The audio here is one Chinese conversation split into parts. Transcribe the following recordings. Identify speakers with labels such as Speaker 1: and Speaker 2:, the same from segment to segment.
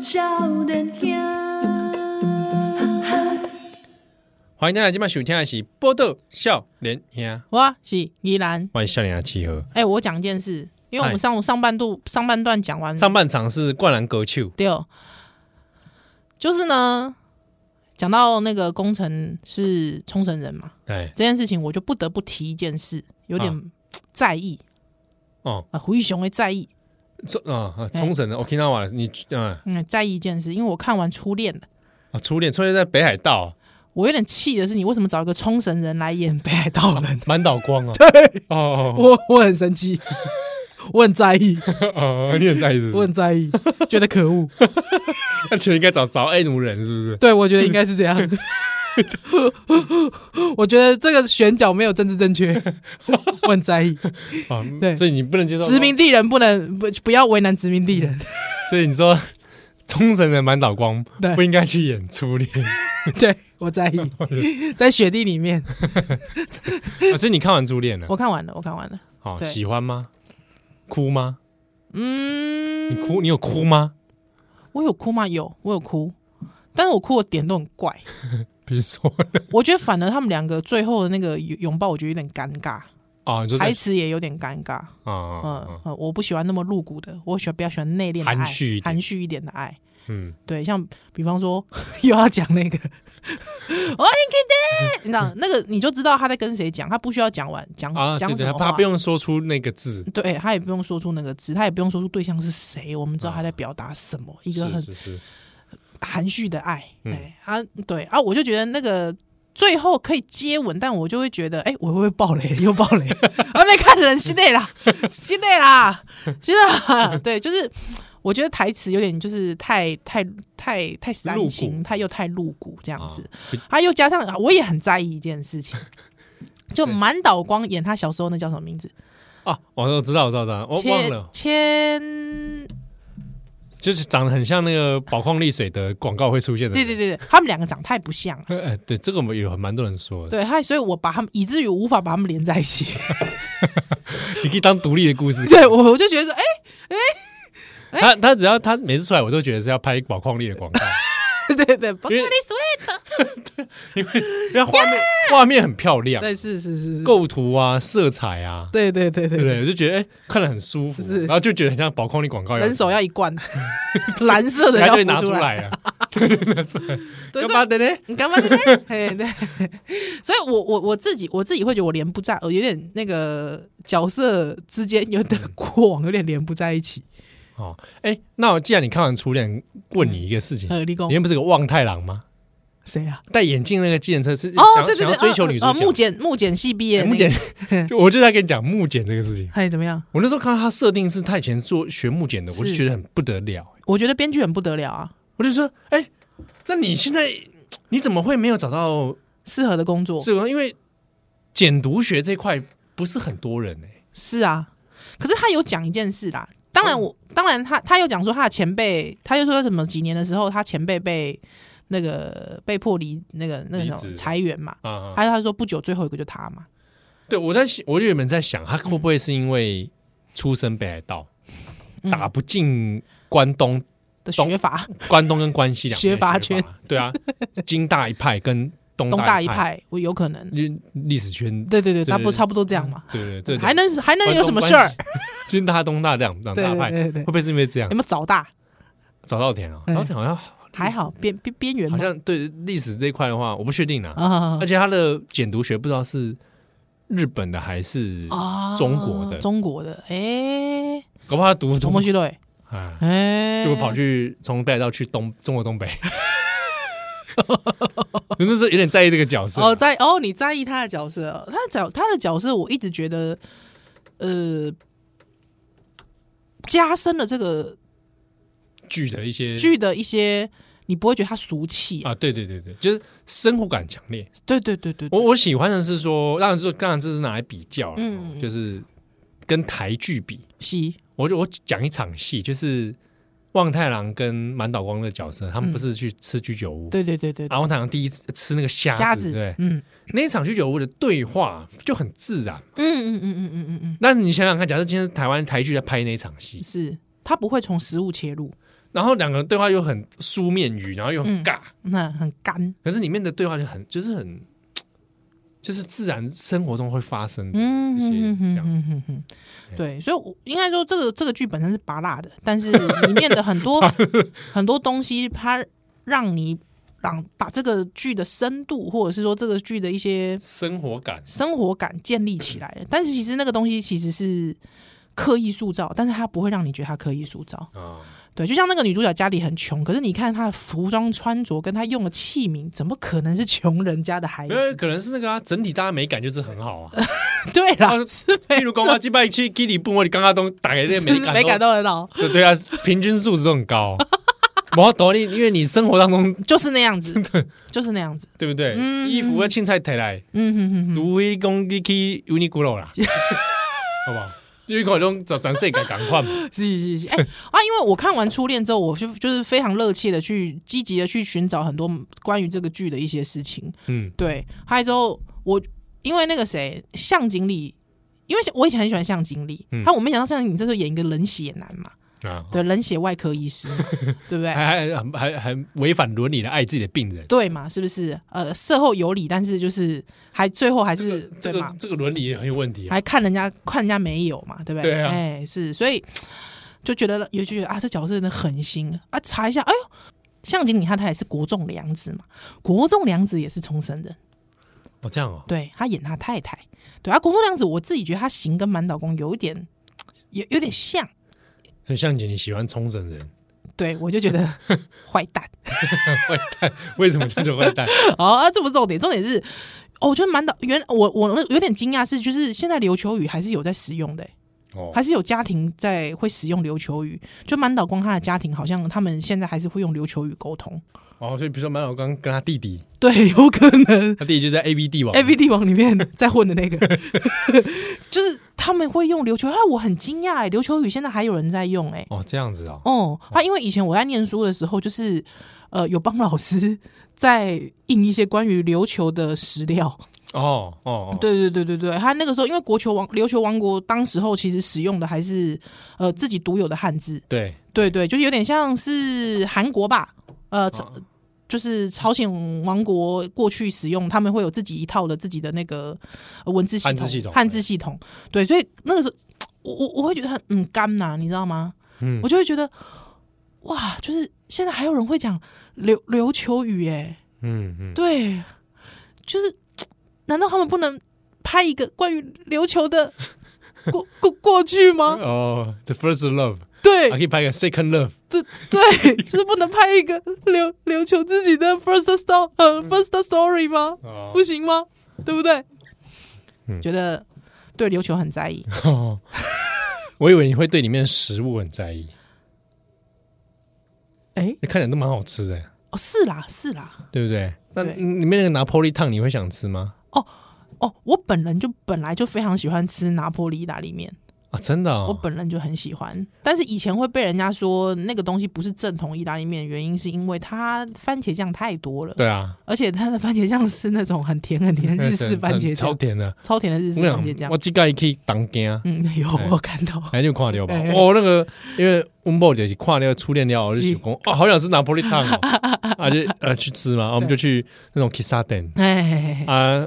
Speaker 1: 少年兄，
Speaker 2: 欢迎大家今晚收听的是《波豆笑脸兄》，
Speaker 3: 我是宜兰。
Speaker 2: 欢迎笑脸兄集合。
Speaker 3: 哎、我讲件事，因为我
Speaker 2: 哎
Speaker 3: 们上上半度上半段讲完，
Speaker 2: 上半场是灌篮高手，
Speaker 3: 对，哦就是呢，讲到那个工程是冲绳人嘛，
Speaker 2: 哎，
Speaker 3: 这件事情我就不得不提一件事，有点
Speaker 2: 啊
Speaker 3: 在意
Speaker 2: 哦，
Speaker 3: 啊，胡一雄会在意，
Speaker 2: 冲啊，
Speaker 3: 哎
Speaker 2: 啊冲绳的 Okinawa，你啊，
Speaker 3: 嗯，在意一件事，因为我看完《初恋》了，
Speaker 2: 啊初恋，初恋在北海道，啊
Speaker 3: 我有点气的是，你为什么找一个冲绳人来演北海道人？
Speaker 2: 满岛光哦，对，哦
Speaker 3: 我我很生气， 我很在意，
Speaker 2: 哦哦，你很在意是不
Speaker 3: 我
Speaker 2: 是？
Speaker 3: 很在意，觉得可恶。
Speaker 2: 那球应该找找爱奴人是不是？
Speaker 3: 对，我觉得应该是这 样。我觉得这个选角没有政治正 确，我很在意。
Speaker 2: 啊，
Speaker 3: 对
Speaker 2: 所以你不能接受
Speaker 3: 殖民，地人不能不不要为难殖民地人。
Speaker 2: 所以你说 冲绳的满岛光
Speaker 3: 对
Speaker 2: 不应该去演初 恋，
Speaker 3: 对我在意， 在雪地里面，
Speaker 2: 啊所以你看完初恋了，
Speaker 3: 我看完了，我看完了。
Speaker 2: 好
Speaker 3: 对
Speaker 2: 喜欢吗？哭吗？你
Speaker 3: 嗯，
Speaker 2: 哭，你有哭吗？
Speaker 3: 我有哭吗？有，我有哭，但是我哭的点都很怪。
Speaker 2: 比如说
Speaker 3: 我觉得反而他们两个最后的那个拥拥抱，我觉得有点尴尬，
Speaker 2: 啊，你说在
Speaker 3: 台词也有点尴尬。
Speaker 2: 啊啊啊
Speaker 3: 嗯
Speaker 2: 啊，
Speaker 3: 嗯，我不喜欢那么露骨的，我喜欢比较喜欢内敛的爱、
Speaker 2: 含蓄一点
Speaker 3: 含蓄一点的爱。
Speaker 2: 嗯，
Speaker 3: 对，像比方说 又要讲那个我你你知道那个你就知道他在跟谁讲，他不需要讲完讲
Speaker 2: 啊，对
Speaker 3: 哦讲
Speaker 2: 对，
Speaker 3: 什
Speaker 2: 他
Speaker 3: 么
Speaker 2: 他
Speaker 3: 话
Speaker 2: 不，用说出那个字，
Speaker 3: 对他也不用说出那个字，他也不用说出对象是谁，我们知道
Speaker 2: 啊
Speaker 3: 他在表达什么，一个
Speaker 2: 是
Speaker 3: 很
Speaker 2: 是是，
Speaker 3: 含蓄的爱。
Speaker 2: 嗯
Speaker 3: 哎啊，对啊，我就觉得那个。最后可以接吻，但我就会觉得，哎、我会不会爆雷？又爆雷？啊，没看的人心累啦，心累啦，心累啦。对，就是我觉得台词有点就是太太太太煽
Speaker 2: 露骨
Speaker 3: 情，太又太露骨这样子。
Speaker 2: 不
Speaker 3: 啊，又加上啊我也很在意一件事情，就满岛光演他小时候那叫什么名字？
Speaker 2: 啊，我我知道我知道我知道，我忘
Speaker 3: 千
Speaker 2: 了，
Speaker 3: 千，
Speaker 2: 就是长得很像那个宝矿力水的广告会出现的，
Speaker 3: 对对对对，他们两个长太不像了。
Speaker 2: 对，哎，对，这个我们有蛮多人说的，
Speaker 3: 对，他所以我把他们以至于无法把他们连在一起。，
Speaker 2: 你可以当独立的故事
Speaker 3: 对我我就觉得说，哎、
Speaker 2: 他他只要他每次出来，我都觉得是要拍宝矿力的 广告，
Speaker 3: 对对对，不
Speaker 2: 因
Speaker 3: 你
Speaker 2: 为
Speaker 3: 水。
Speaker 2: 因为画面画面很漂亮，
Speaker 3: 对，是是是，是，
Speaker 2: 构图啊，色彩啊。
Speaker 3: 对对对
Speaker 2: 对不
Speaker 3: 对，
Speaker 2: 对？我就觉得哎、看了很舒服，
Speaker 3: 是
Speaker 2: 然后就觉得很像宝矿力广告，
Speaker 3: 人手要 一罐蓝色的
Speaker 2: 他就
Speaker 3: 要
Speaker 2: 会
Speaker 3: 浮
Speaker 2: 拿出
Speaker 3: 出来，
Speaker 2: 来啊，
Speaker 3: 对，
Speaker 2: 干
Speaker 3: 所以
Speaker 2: 嘛的呢？
Speaker 3: 你干嘛？对对嘿对，所以我我我自己我自己会觉得我连不在，我呃有点那个角色之间有点
Speaker 2: 嗯
Speaker 3: 过往有点连不在一起。
Speaker 2: 哦，哎、那我既然你看完初恋，问你一个事情，
Speaker 3: 呃，立
Speaker 2: 嗯你
Speaker 3: 功
Speaker 2: 原本不是有个望太郎吗？
Speaker 3: 谁啊？
Speaker 2: 戴眼镜那个计程车是
Speaker 3: 哦
Speaker 2: 想，
Speaker 3: 对对
Speaker 2: 想
Speaker 3: 对，
Speaker 2: 要追求女主
Speaker 3: 啊，啊
Speaker 2: 角。
Speaker 3: 木简木简系毕
Speaker 2: 哎
Speaker 3: 业的
Speaker 2: 呃木
Speaker 3: 那个，
Speaker 2: 简，就我就在跟你讲木简这 个事情。
Speaker 3: 嘿，怎么样？
Speaker 2: 我那时候看到他设定是他以前做学木简的，我就是觉得很不得了。哎
Speaker 3: 我觉得编剧很不得了啊，
Speaker 2: 我就说，哎，那你现在你怎么会没有找到
Speaker 3: 适合的工作
Speaker 2: 这个？因为简读学这块不是很多人哎。
Speaker 3: 是啊，可是他有讲一件事啦。当
Speaker 2: 哦
Speaker 3: 然我，当然他他有讲说他的前辈，他就说什么几年的时候，他前辈被那个被迫离那个那个
Speaker 2: 离
Speaker 3: 什
Speaker 2: 职
Speaker 3: 么裁员嘛，
Speaker 2: 啊，啊
Speaker 3: 他他说不久最后一个就他嘛，
Speaker 2: 对我在想我就原本在想，他会不会是因为出身北海道，
Speaker 3: 嗯
Speaker 2: 打不进关东
Speaker 3: 的
Speaker 2: 懂
Speaker 3: 学法
Speaker 2: 关东跟关西两边
Speaker 3: 学阀
Speaker 2: 的
Speaker 3: 圈
Speaker 2: 阀，对 啊，京大一派跟东
Speaker 3: 东大
Speaker 2: 一
Speaker 3: 一
Speaker 2: 派，
Speaker 3: 派，我有可能，
Speaker 2: 历历史圈，
Speaker 3: 对对对，
Speaker 2: 对
Speaker 3: 他不差不多这样嘛，
Speaker 2: 对对，这
Speaker 3: 还能还能
Speaker 2: 两
Speaker 3: 有什么事儿？？
Speaker 2: 关东关西京大、东大两两
Speaker 3: 对
Speaker 2: 大
Speaker 3: 对
Speaker 2: 派，
Speaker 3: 对
Speaker 2: 会
Speaker 3: 对，
Speaker 2: 不会是因为这样
Speaker 3: 有？没有早大？
Speaker 2: 早稻田啊，
Speaker 3: 嗯
Speaker 2: 早稻田好像
Speaker 3: 还好边边边缘
Speaker 2: 好
Speaker 3: 嘛
Speaker 2: 像对历史这一块的话，我不确定啊。
Speaker 3: 啊
Speaker 2: 而且他的简读学不知道是日本的还是，
Speaker 3: 啊
Speaker 2: 中国的
Speaker 3: 中国的，哎，
Speaker 2: 搞不好他读
Speaker 3: 重
Speaker 2: 中
Speaker 3: 播去对，
Speaker 2: 啊，
Speaker 3: 哎，
Speaker 2: 就会跑去从北海道去东 中国东 北。真的是有点在意这个角色
Speaker 3: 哦，在哦，你在意他的角色哦，他的角他的角色，我一直觉得，呃，加深了这个
Speaker 2: 剧的一些
Speaker 3: 剧的一些，你不会觉得他俗气、
Speaker 2: 啊，对对对对，就是生活感强烈。
Speaker 3: 对对对对，对
Speaker 2: 我我喜欢的是说，当然是当然这是拿来比较啦，哦
Speaker 3: 嗯嗯嗯
Speaker 2: 就是跟台剧比。
Speaker 3: 是
Speaker 2: 我就我讲一场戏，就是望太郎跟满岛光的角色，他们
Speaker 3: 嗯
Speaker 2: 不是去吃居酒屋，
Speaker 3: 对对对对，对
Speaker 2: 然后望太郎第一次吃那个虾
Speaker 3: 瞎
Speaker 2: 子，
Speaker 3: 子，
Speaker 2: 对不对，
Speaker 3: 嗯
Speaker 2: 那一场居酒屋的对话就很自然。
Speaker 3: 嗯嗯嗯嗯嗯嗯嗯，
Speaker 2: 那你想想看，假设今天是台湾台剧在拍那一场戏，
Speaker 3: 是他不会从食物切入，
Speaker 2: 然后两个人对话又很书面语，然后又
Speaker 3: 嗯
Speaker 2: 很尬，
Speaker 3: 那很干，
Speaker 2: 可是里面的对话就很就是很就是自然生活中会发生的。
Speaker 3: 嗯
Speaker 2: 这些
Speaker 3: 哼哼
Speaker 2: 这样
Speaker 3: 哼哼哼对，所以我应该说这个这个剧本身是拔辣的，但 是里面的很多很多东西，它让你让把这个剧的深度，或者是说这个剧的一些
Speaker 2: 生活感，
Speaker 3: 生活感建立起来了。但是其实那个东西其实是刻意塑造，但是它不会让你觉得它刻意塑造。
Speaker 2: 啊，
Speaker 3: 对，就像那个女主角家里很穷，可是你看她的服装穿着跟她用的器皿，怎么可能是穷人家的孩
Speaker 2: 因
Speaker 3: 子？
Speaker 2: 为可能是那个啊，整体大家美感就是很好 啊。
Speaker 3: 对啦，是
Speaker 2: 例如讲我击败去基里布，我你刚刚都打给这
Speaker 3: 是
Speaker 2: 美感，
Speaker 3: 没感，到得到，
Speaker 2: 这对啊，平均数值都很 高。我懂你，因为你生活当中
Speaker 3: 就是那样 子，就是那样子。
Speaker 2: 对不对？
Speaker 3: 嗯
Speaker 2: 衣服要青菜提来，
Speaker 3: 嗯哼哼哼，
Speaker 2: 除非讲你去 Uniqlo 啦，好不好？就是可能转转世界赶快嘛，
Speaker 3: 是是是，哎、啊，因为我看完《初恋》之后，我就就是非常热切的去积极的去寻找很多关于这个剧的一些事情。
Speaker 2: 嗯
Speaker 3: 对，还有之后我因为那个谁向经理，因为我以前很喜欢向经理，
Speaker 2: 嗯
Speaker 3: 但我没想到向经理这时候演一个冷血男 嘛，
Speaker 2: 啊，
Speaker 3: 对，冷血外科医师 嘛，对不对？
Speaker 2: 还还还还违反伦理的爱自己的病人，
Speaker 3: 对嘛，是不是？呃，事后有理，但是就是还最后还是、
Speaker 2: 这
Speaker 3: 对
Speaker 2: 个
Speaker 3: 嘛，
Speaker 2: 这个伦理也很有问题啊。
Speaker 3: 还看人家看人家没有嘛，对不对？
Speaker 2: 对啊
Speaker 3: 哎、是，所以就觉得有就觉得啊，这角色真的狠心啊！查一下，哎呦，向经理他他也是国仲良子嘛，国仲良子也是冲绳人，
Speaker 2: 哦，这样哦，
Speaker 3: 对他演他太太，对啊，国仲良子我自己觉得他型跟满岛光有一点有有点像，
Speaker 2: 所以向姐你喜欢冲绳人，
Speaker 3: 对我就觉得坏蛋。
Speaker 2: 坏蛋，为什么叫做坏蛋？
Speaker 3: 哦，啊，这不是重点，重点是，哦，我觉得满岛原我我那有点惊讶是，就是现在琉球语还是有在使用的欸、
Speaker 2: 哦，
Speaker 3: 还是有家庭在会使用琉球语。就满岛光他的家庭，好像他们现在还是会用琉球语沟通。
Speaker 2: 哦，所以比如说满老刚跟他弟弟，
Speaker 3: 对，有可能
Speaker 2: 他弟弟就在 A V 帝王
Speaker 3: A V 帝王里面在混的那个， 就是他们会用琉球。啊，我很惊讶哎，琉球语现在还有人在用哎、
Speaker 2: 哦，这样子哦，
Speaker 3: 哦，啊，因为以前我在念书的时候，就是呃有帮老师在印一些关于琉球的史料。
Speaker 2: 哦哦哦，
Speaker 3: 对对对对对，他那个时候因为国球王琉球王国当时候其实使用的还是呃自己独有的汉字，
Speaker 2: 对
Speaker 3: 对对，就是有点像是韩国吧，呃，朝
Speaker 2: 哦
Speaker 3: 就是朝鲜王国过去使用，他们会有自己一套的自己的那个呃文字系统、
Speaker 2: 汉字系统
Speaker 3: 汉字系统对，所以那个时候我我我会觉得很嗯干呐、你知道吗？
Speaker 2: 嗯
Speaker 3: 我就会觉得哇，就是现在还有人会讲琉琉球语哎、
Speaker 2: 嗯嗯，
Speaker 3: 对，就是难道他们不能拍一个关于琉球的过过过去 吗？
Speaker 2: 哦，The First Love，
Speaker 3: 对
Speaker 2: 啊还可以拍个 Second Love，
Speaker 3: 对 对，就是不能拍一个琉琉球自己的 first story 呃 first story 吗？
Speaker 2: 嗯哦
Speaker 3: 不行吗？对不对？
Speaker 2: 嗯
Speaker 3: 觉得对琉球很在意，
Speaker 2: 哦，我以为你会对里面的食物很在意，欸
Speaker 3: 哎，
Speaker 2: 你看起来都蛮好吃的，欸
Speaker 3: 哦是啦是啦，
Speaker 2: 对不对？那
Speaker 3: 对
Speaker 2: 里面那个拿破利烫你会想吃吗？
Speaker 3: 哦，我本人就本来就非常喜欢吃拿破里意大利面，
Speaker 2: 啊，真的
Speaker 3: 我
Speaker 2: 哦，
Speaker 3: 本人就很喜欢，但是以前会被人家说那个东西不是正统意大利面，原因是因为它番茄酱太多了，
Speaker 2: 对啊，
Speaker 3: 而且它的番茄酱是那种很甜很甜的日式番茄
Speaker 2: 超
Speaker 3: 酱，
Speaker 2: 甜的，
Speaker 3: 超甜的日
Speaker 2: 我
Speaker 3: 式
Speaker 2: 跟
Speaker 3: 番
Speaker 2: 你
Speaker 3: 茄
Speaker 2: 讲，
Speaker 3: 酱
Speaker 2: 我。这个也可以当家。
Speaker 3: 嗯，有
Speaker 2: 哎
Speaker 3: 我看到，
Speaker 2: 哎，你有看到吧？
Speaker 3: 哎
Speaker 2: 哦，那个，因为温某就是看了初恋了，我就是想讲，哦，好想吃拿破利 烫哦，啊就呃去吃嘛，啊我们就去那种 Kissa 店
Speaker 3: 哎，
Speaker 2: 啊，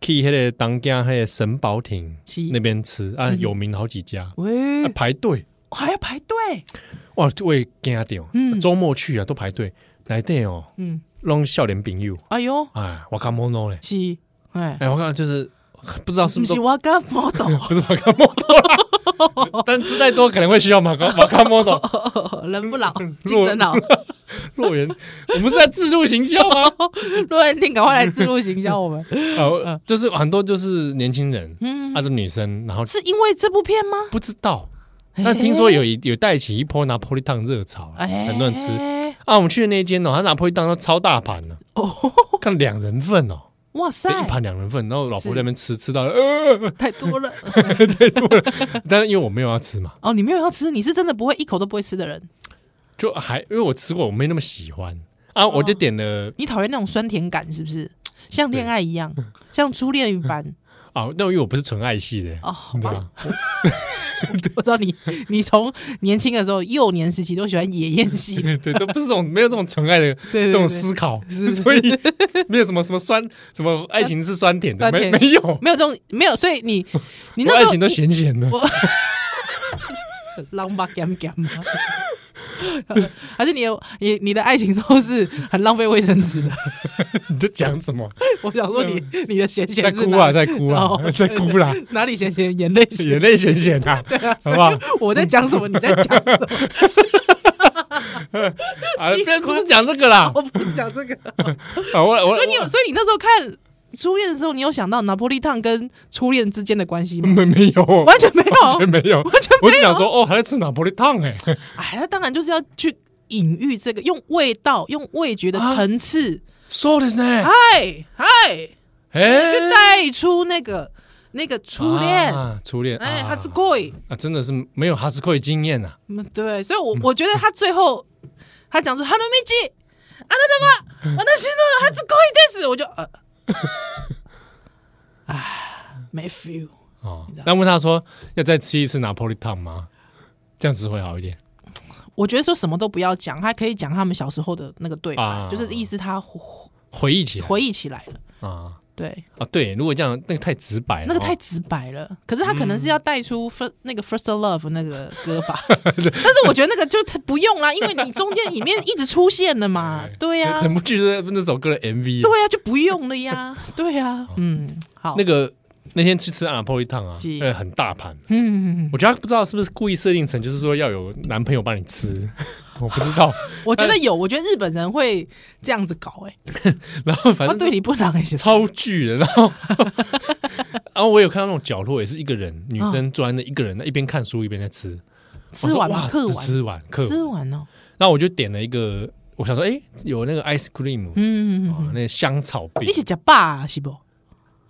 Speaker 2: 去那个当家那个神保亭
Speaker 3: 是嗯
Speaker 2: 那边吃啊，有名好几家，
Speaker 3: 喂
Speaker 2: 啊，排队
Speaker 3: 还要排队，
Speaker 2: 哇，就会惊掉
Speaker 3: 嗯，
Speaker 2: 周末去啊都排队，来对哦，
Speaker 3: 嗯，
Speaker 2: 弄笑脸朋友，
Speaker 3: 哎呦，
Speaker 2: 哎，我看莫诺嘞，
Speaker 3: 是， 哎，
Speaker 2: 哎，我看就是不知道是
Speaker 3: 不
Speaker 2: 不是
Speaker 3: 是
Speaker 2: 都。
Speaker 3: 我刚不 懂，
Speaker 2: 不是马卡莫多啦， 但吃太多可能会需要马卡马卡莫多。
Speaker 3: 人 不老，精神老，
Speaker 2: 洛源， 我们是在自助行销 吗？
Speaker 3: 若然定赶快来自入行销我们，
Speaker 2: 呃，就是很多就是年轻人，
Speaker 3: 嗯
Speaker 2: 啊，，的女生，然后
Speaker 3: 是因为这部片吗？
Speaker 2: 不知道，但听说有一有带起一波拿破利烫热潮啦，
Speaker 3: 哎，
Speaker 2: 很多人吃啊。我们去的那一间哦，他拿破利烫都超大盘呢，
Speaker 3: 哦，
Speaker 2: 看两人份哦，
Speaker 3: 哇
Speaker 2: 就
Speaker 3: 塞，
Speaker 2: 一盘两人份，然后老婆
Speaker 3: 是
Speaker 2: 在那边吃，吃到呃，
Speaker 3: 太多了。
Speaker 2: 但是因为我没有要吃嘛，
Speaker 3: 哦，你没有要吃，你是真的不会一口都不会吃的人，
Speaker 2: 就还因为我吃过，我没那么喜欢啊，我就点了
Speaker 3: 你讨厌那种酸甜感是不是？像恋爱一样，像初恋一般。
Speaker 2: 哦啊，那因为我不是纯爱系的
Speaker 3: 哦，好
Speaker 2: 对
Speaker 3: 吧，
Speaker 2: 吧？
Speaker 3: 我知道你，你从年轻的时候幼年时期都喜欢野宴系的，
Speaker 2: 对，都不是这种没有这种纯爱的这
Speaker 3: 对对
Speaker 2: 种
Speaker 3: 对
Speaker 2: 思考，
Speaker 3: 是是
Speaker 2: 所以没有什么什么酸，什么爱情是酸甜的，
Speaker 3: 酸
Speaker 2: 没
Speaker 3: 甜
Speaker 2: 没有，
Speaker 3: 没有这种没有，所以你你
Speaker 2: 我
Speaker 3: 那
Speaker 2: 爱
Speaker 3: 时候
Speaker 2: 情都咸咸的。
Speaker 3: 浪吧 gam gam 吗？ 还是你有你你的爱情都是很浪费卫生纸的？
Speaker 2: 你在讲什么？
Speaker 3: 我想说你你的咸
Speaker 2: 嗯在
Speaker 3: 咸是
Speaker 2: 哭
Speaker 3: 哪
Speaker 2: 啊，在哭啊，
Speaker 3: 哦
Speaker 2: 在哭啦，
Speaker 3: 哪里咸咸？眼泪咸
Speaker 2: 眼泪咸咸啊，好不好？
Speaker 3: 我在讲什么？你在讲什么？
Speaker 2: 啊，不要不是讲这个啦。
Speaker 3: 我不 讲这个。
Speaker 2: 啊，我我
Speaker 3: 所以你有，所以你那时候看初恋的时候，你有想到拿破利烫跟初恋之间的关系
Speaker 2: 我
Speaker 3: 吗？
Speaker 2: 没没有，
Speaker 3: 完全没
Speaker 2: 嗯完全
Speaker 3: 有。
Speaker 2: 没有，
Speaker 3: 完全没有
Speaker 2: 我只想说，哦，还在吃拿破利烫 哎，
Speaker 3: 哎，那当然就是要去隐喻这个，用味道、用味觉的层次，
Speaker 2: 说的 呢，
Speaker 3: 哎哎，
Speaker 2: 哎，
Speaker 3: 去带出那个那个初恋。
Speaker 2: 啊，初恋，
Speaker 3: 哎，
Speaker 2: 啊
Speaker 3: 他是 gay，
Speaker 2: 啊，真的是没有哈斯克的经验啊呐。
Speaker 3: 嗯，对，所以我我觉得他最后他讲说 “Hello Miji”，啊，那他妈，我那心中他是 gay 但是我就呃，啊，没 feel，
Speaker 2: 哦，那问他说要再吃一次拿破利烫吗？这样子会好一点。
Speaker 3: 我觉得说什么都不要讲，他可以讲他们小时候的那个对白，
Speaker 2: 啊
Speaker 3: 就是意思他回
Speaker 2: 回忆起来
Speaker 3: 回忆起来了，
Speaker 2: 啊
Speaker 3: 对，
Speaker 2: 啊，对，如果这样，那个太直白了，
Speaker 3: 那个
Speaker 2: 哦
Speaker 3: 太直白了。可是他可能是要带出 first、那个 first love 那个歌吧，但是我觉得那个就不用啦，因为你中间里面一直出现了嘛，
Speaker 2: 哎
Speaker 3: 对啊呀、
Speaker 2: 整部剧都在那首歌的 MV 啊。
Speaker 3: 对呀、就不用了呀，对呀、 嗯，好，
Speaker 2: 那个那天去吃拿破利烫啊
Speaker 3: 是，
Speaker 2: 呃，很大盘。
Speaker 3: 嗯，
Speaker 2: 我觉得他不知道是不是故意设定成，就是说要有男朋友帮你 吃，我不知道。
Speaker 3: 我觉得有，我觉得日本人会这样子搞、哎，
Speaker 2: 然后反
Speaker 3: 他
Speaker 2: 正
Speaker 3: 对你不能哎，
Speaker 2: 超巨的，然 后然后我有看到那种角落也是一个人，女生坐在那一个人，那一边看书一边在吃，
Speaker 3: 啊吃完
Speaker 2: 我说
Speaker 3: 吗？
Speaker 2: 哇
Speaker 3: 嗑
Speaker 2: 只
Speaker 3: 完，
Speaker 2: 吃完嗑完，
Speaker 3: 吃完哦，
Speaker 2: 然后我就点了一个，我想说，哎，有那个 ice cream，
Speaker 3: 嗯，
Speaker 2: 啊那个香草饼
Speaker 3: 你，是吃饱啊是不？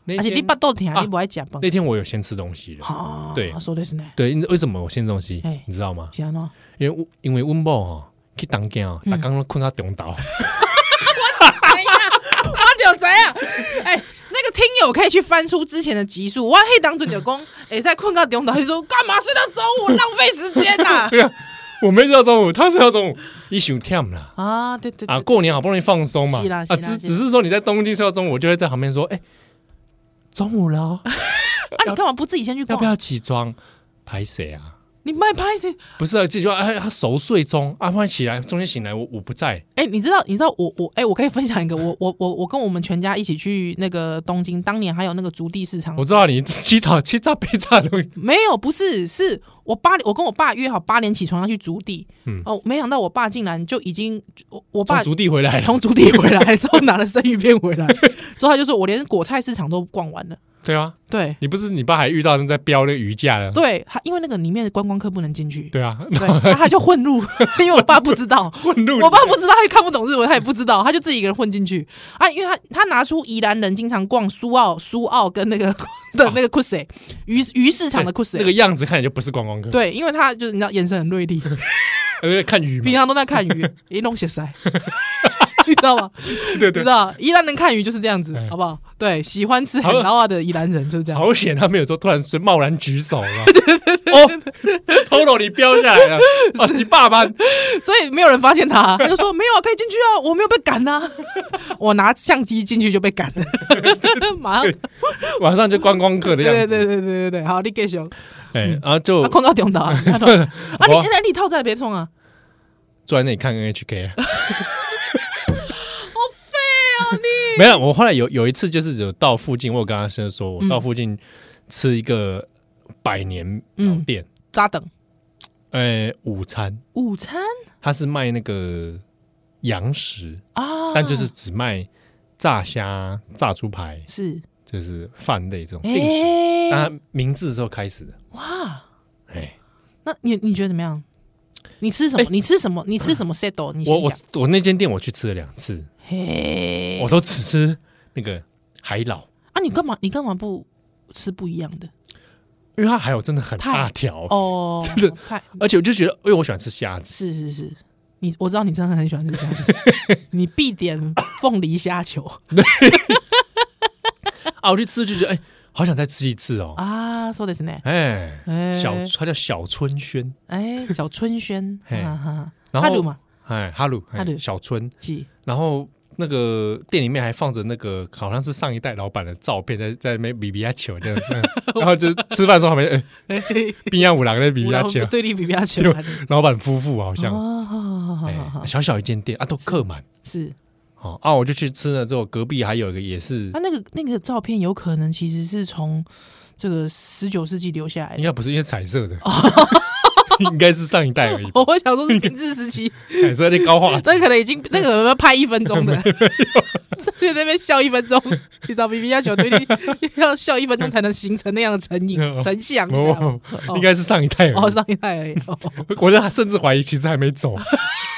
Speaker 2: 那
Speaker 3: 而且你
Speaker 2: 天
Speaker 3: 巴肚疼
Speaker 2: 啊，
Speaker 3: 你不爱吃饭
Speaker 2: 那。天我有先吃东西了。
Speaker 3: 啊，
Speaker 2: 对
Speaker 3: 说的是呢，
Speaker 2: 对，因为什么我先吃东西
Speaker 3: 哎？
Speaker 2: 你知道吗？
Speaker 3: 想喏，
Speaker 2: 因为我因为温饱哦，去当家
Speaker 3: 嗯
Speaker 2: 哦，他刚刚困到中岛，
Speaker 3: 我就知啊， 哎，那个听友可以去翻出之前的集数，我黑当准就讲，哎，在困到中岛，就说干嘛睡到中午，浪费时间 呐？
Speaker 2: 对啊，我没吃到中午，他吃到中午，一宿忝啦。
Speaker 3: 啊，对对
Speaker 2: 啊，
Speaker 3: 对，
Speaker 2: 过年好不容易放松嘛
Speaker 3: 是啦，
Speaker 2: 啊，
Speaker 3: 是啦
Speaker 2: 只
Speaker 3: 是
Speaker 2: 只是说你在东京睡到中午，我就会在旁边说，哎，中午了 哦，
Speaker 3: 啊，你干嘛不自己先去
Speaker 2: 要
Speaker 3: 逛
Speaker 2: 不？要起床？拍谁啊？
Speaker 3: 你卖拍谁？
Speaker 2: 不是啊，这句话，哎，他熟睡中，啊，忽然起来，中间醒来，我我不在，
Speaker 3: 哎、你知道，你知道我我哎、我可以分享一个，我我我我跟我们全家一起去那个东京，当年还有那个竹地市场
Speaker 2: 我，知道你 起早欺诈被诈的东西，
Speaker 3: 没有，不是，是我八点，我跟我爸约好八点起床要去竹地，
Speaker 2: 嗯
Speaker 3: 哦，没想到我爸竟然就已经，我我
Speaker 2: 从
Speaker 3: 爸
Speaker 2: 竹地回来了，
Speaker 3: 从竹地回来之后拿了生鱼片回来，之后他就说我连果菜市场都逛完了，
Speaker 2: 对啊，
Speaker 3: 对
Speaker 2: 你不是你爸还遇到那在标那个鱼架的，
Speaker 3: 对，他因为那个里面的观光客不能进去，
Speaker 2: 对啊，
Speaker 3: 对，然后他就混入， 因为我爸不知道，
Speaker 2: 混入
Speaker 3: 我爸不知道，他也看不懂日文，他也不知道，他就自己一个人混进去啊。因为他他拿出宜兰人经常逛苏澳、苏澳 跟那个的那个 c u s 鱼鱼市场的 c u s
Speaker 2: 啊那个样子看起来就不是观光客，
Speaker 3: 对，因为他就是你知道眼神很锐利，
Speaker 2: 而且看鱼嘛
Speaker 3: 平，常都在看鱼，一弄血 塞，你知道吗？
Speaker 2: 对对
Speaker 3: 你
Speaker 2: 哎
Speaker 3: 知，道宜兰人看鱼就是这样子，好不好？对，喜欢吃很老啊的宜兰人就是这样。
Speaker 2: 好险他没有说突然是贸然举手了，哦，偷偷你标下来 了，哦，你爸爸。
Speaker 3: 所以没有人发现他，他就说没有啊，可以进去啊，我没有被赶啊， 我拿相机进去就被赶了， 马上，
Speaker 2: 晚上就观光客的样
Speaker 3: 对对
Speaker 2: 子。
Speaker 3: 对对对对，好，你继续。哦
Speaker 2: 哎，然后就
Speaker 3: 啊，空到中岛 啊，啊你
Speaker 2: 我
Speaker 3: 那你套在别冲啊，
Speaker 2: 坐在那里看 NHK。
Speaker 3: 好废哦你，
Speaker 2: 没有，我后来有有一次就是有到附近，我有跟他先说，我
Speaker 3: 嗯
Speaker 2: 到附近吃一个百年老店，
Speaker 3: 扎等嗯
Speaker 2: 哎，午餐
Speaker 3: 午餐
Speaker 2: 他是卖那个洋食，
Speaker 3: 啊，
Speaker 2: 但就是只卖炸虾、炸猪排，
Speaker 3: 是
Speaker 2: 就是饭类这种定啊食。
Speaker 3: 哎
Speaker 2: 那明治之后开始的，
Speaker 3: 哇，
Speaker 2: 哎，
Speaker 3: 那你你觉得怎么样？你吃什么？
Speaker 2: 哎
Speaker 3: 你吃什么？你吃什么 set？你哦
Speaker 2: 我我
Speaker 3: 先讲
Speaker 2: 我那间店我去吃了两次，
Speaker 3: 嘿
Speaker 2: 我，都只吃那个海老，
Speaker 3: 啊，你干嘛？你干嘛不吃不一样的？
Speaker 2: 因为它海老真的很
Speaker 3: 太
Speaker 2: 大条，
Speaker 3: 哦，
Speaker 2: 真的
Speaker 3: 太
Speaker 2: 而 且我就觉得，因为我喜欢吃虾子，
Speaker 3: 是是是。你我知道你真的很喜欢吃虾 子，你必点凤梨虾球，
Speaker 2: 啊，我去吃就觉得哎、好想再吃一次哦。
Speaker 3: 啊，そうですね。
Speaker 2: 哎，
Speaker 3: 哎
Speaker 2: 小他叫小春轩，
Speaker 3: 哎，小春轩，
Speaker 2: 嘿
Speaker 3: 哈哈，
Speaker 2: 然
Speaker 3: 哈
Speaker 2: 后
Speaker 3: 鲁嘛，
Speaker 2: 哎，哈鲁，哎
Speaker 3: 哈鲁
Speaker 2: 小春，
Speaker 3: 是
Speaker 2: 然后那个店里面还放着那个好像是上一代老板的照片，在在那边比比亚球这样， 嗯然后就是吃饭的时候旁边哎，冰压五郎在比比亚 球，
Speaker 3: 对立比比亚球
Speaker 2: 就
Speaker 3: 来的，
Speaker 2: 老板夫妇好像，
Speaker 3: 哦，好好好
Speaker 2: 哎
Speaker 3: 好，好，
Speaker 2: 小小一间店啊，都客满。
Speaker 3: 是。
Speaker 2: 哦啊，我就去吃了之后，隔壁还有一个也是
Speaker 3: 啊他，那个那个照片有可能其实是从这个十九世纪留下来
Speaker 2: 应
Speaker 3: 的。
Speaker 2: 该不是因为彩色 的， 应该是上一代而已吧，
Speaker 3: 我想说是明治时 期，
Speaker 2: 彩色的高画质
Speaker 3: 这可能已经那个有没有拍一分钟的，在那边笑一分钟，你找 B B 要求对立， 要笑一分钟才能形成那样的成影
Speaker 2: 哦
Speaker 3: 成像，你知道吗
Speaker 2: 哦，应该是上一代而
Speaker 3: 哦
Speaker 2: 已。
Speaker 3: 上一代 而已。哦
Speaker 2: 我就甚至怀疑其实还没走，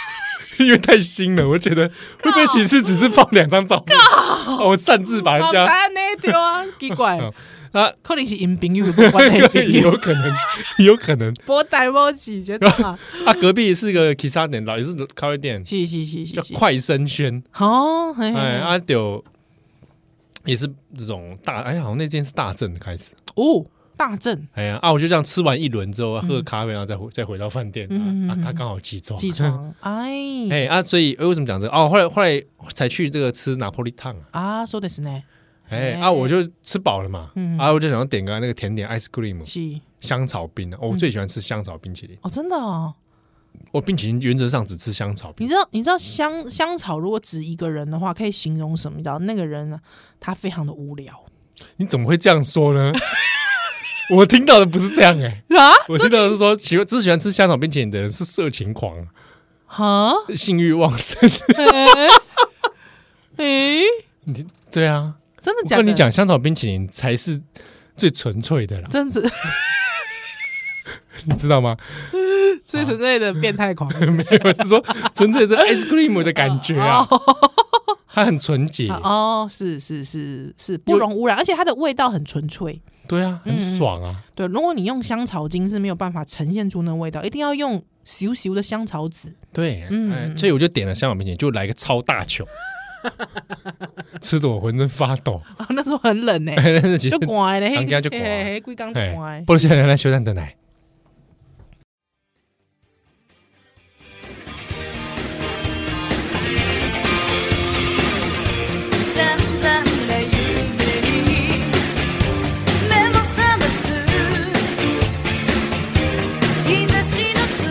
Speaker 2: 因为太新了，我觉得会不会其实只是放两张照片，哦我擅自把人
Speaker 3: 好
Speaker 2: 家
Speaker 3: 难呢，对啊，奇怪，
Speaker 2: 啊，
Speaker 3: 可能是因朋友不 关系朋
Speaker 2: 有
Speaker 3: 友，
Speaker 2: 可能， 有可能
Speaker 3: 无代无志，真的啊，
Speaker 2: 啊，隔壁是个 k i s a 店，老也是咖啡店，
Speaker 3: 是是是
Speaker 2: 叫
Speaker 3: 是是，
Speaker 2: 快生轩，
Speaker 3: 好，嘿嘿
Speaker 2: 哎，
Speaker 3: 嘿
Speaker 2: 阿丢也是这种大，哎，好像那间是大正的开始。
Speaker 3: 哦，大正
Speaker 2: 哎呀啊！我就这样吃完一轮之后，喝咖啡，然后再回再回到饭店
Speaker 3: 嗯嗯嗯
Speaker 2: 啊啊！
Speaker 3: 嗯
Speaker 2: 他刚好起床，
Speaker 3: 起床，哎。
Speaker 2: 哎啊！所以呃为什么讲这个？哦，后来后来才去这个吃拿破利烫啊！
Speaker 3: 啊，そうですね。
Speaker 2: 哎
Speaker 3: 哎
Speaker 2: 啊！我就吃饱了嘛
Speaker 3: 嗯，
Speaker 2: 啊！我就想要点个那个甜点 ice cream
Speaker 3: 是
Speaker 2: 香草冰
Speaker 3: 嗯
Speaker 2: 啊！哦我最喜欢吃香草冰淇淋，
Speaker 3: 哦，真的哦。
Speaker 2: 我冰淇淋原则上只吃香草
Speaker 3: 你
Speaker 2: 冰。
Speaker 3: 知道，你知道香香草如果指一个人的话，可以形容什么？你知道那个人呢、他非常的无聊
Speaker 2: 你怎么会这样说呢？ 我听到的不是这样 哎，
Speaker 3: 啊
Speaker 2: 我听到的是说喜欢只喜欢吃香草冰淇淋的人是色情狂，啊
Speaker 3: 哈
Speaker 2: 性欲旺 盛。
Speaker 3: 诶、
Speaker 2: 你对啊，
Speaker 3: 哎真的
Speaker 2: 我
Speaker 3: 假的？
Speaker 2: 跟你讲，香草冰淇淋才是最纯粹的啦，
Speaker 3: 真子
Speaker 2: 你知道吗？
Speaker 3: 最纯粹的变态狂
Speaker 2: 我是说纯粹的 ice cream 的感觉 啊，它很纯洁，
Speaker 3: 哦，是是是是不容污染，而且它的味道很纯粹。
Speaker 2: 对啊，
Speaker 3: 嗯
Speaker 2: 很爽啊，
Speaker 3: 对，如果你用香草精是没有办法呈现出那味道，一定要用咻咻的香草籽。
Speaker 2: 对，
Speaker 3: 嗯
Speaker 2: 哎所以我就点了香草冰淇淋，就来个超大 球，吃的我浑身发抖，
Speaker 3: 啊，那时候很冷呢、 就乖嘞，
Speaker 2: 人家就寒
Speaker 3: 嘿，龟缸
Speaker 2: 哎
Speaker 3: 乖，。
Speaker 2: 不如现在来修蛋的奶。
Speaker 1: 「さんざんな夢に目も覚ます」「日差しの強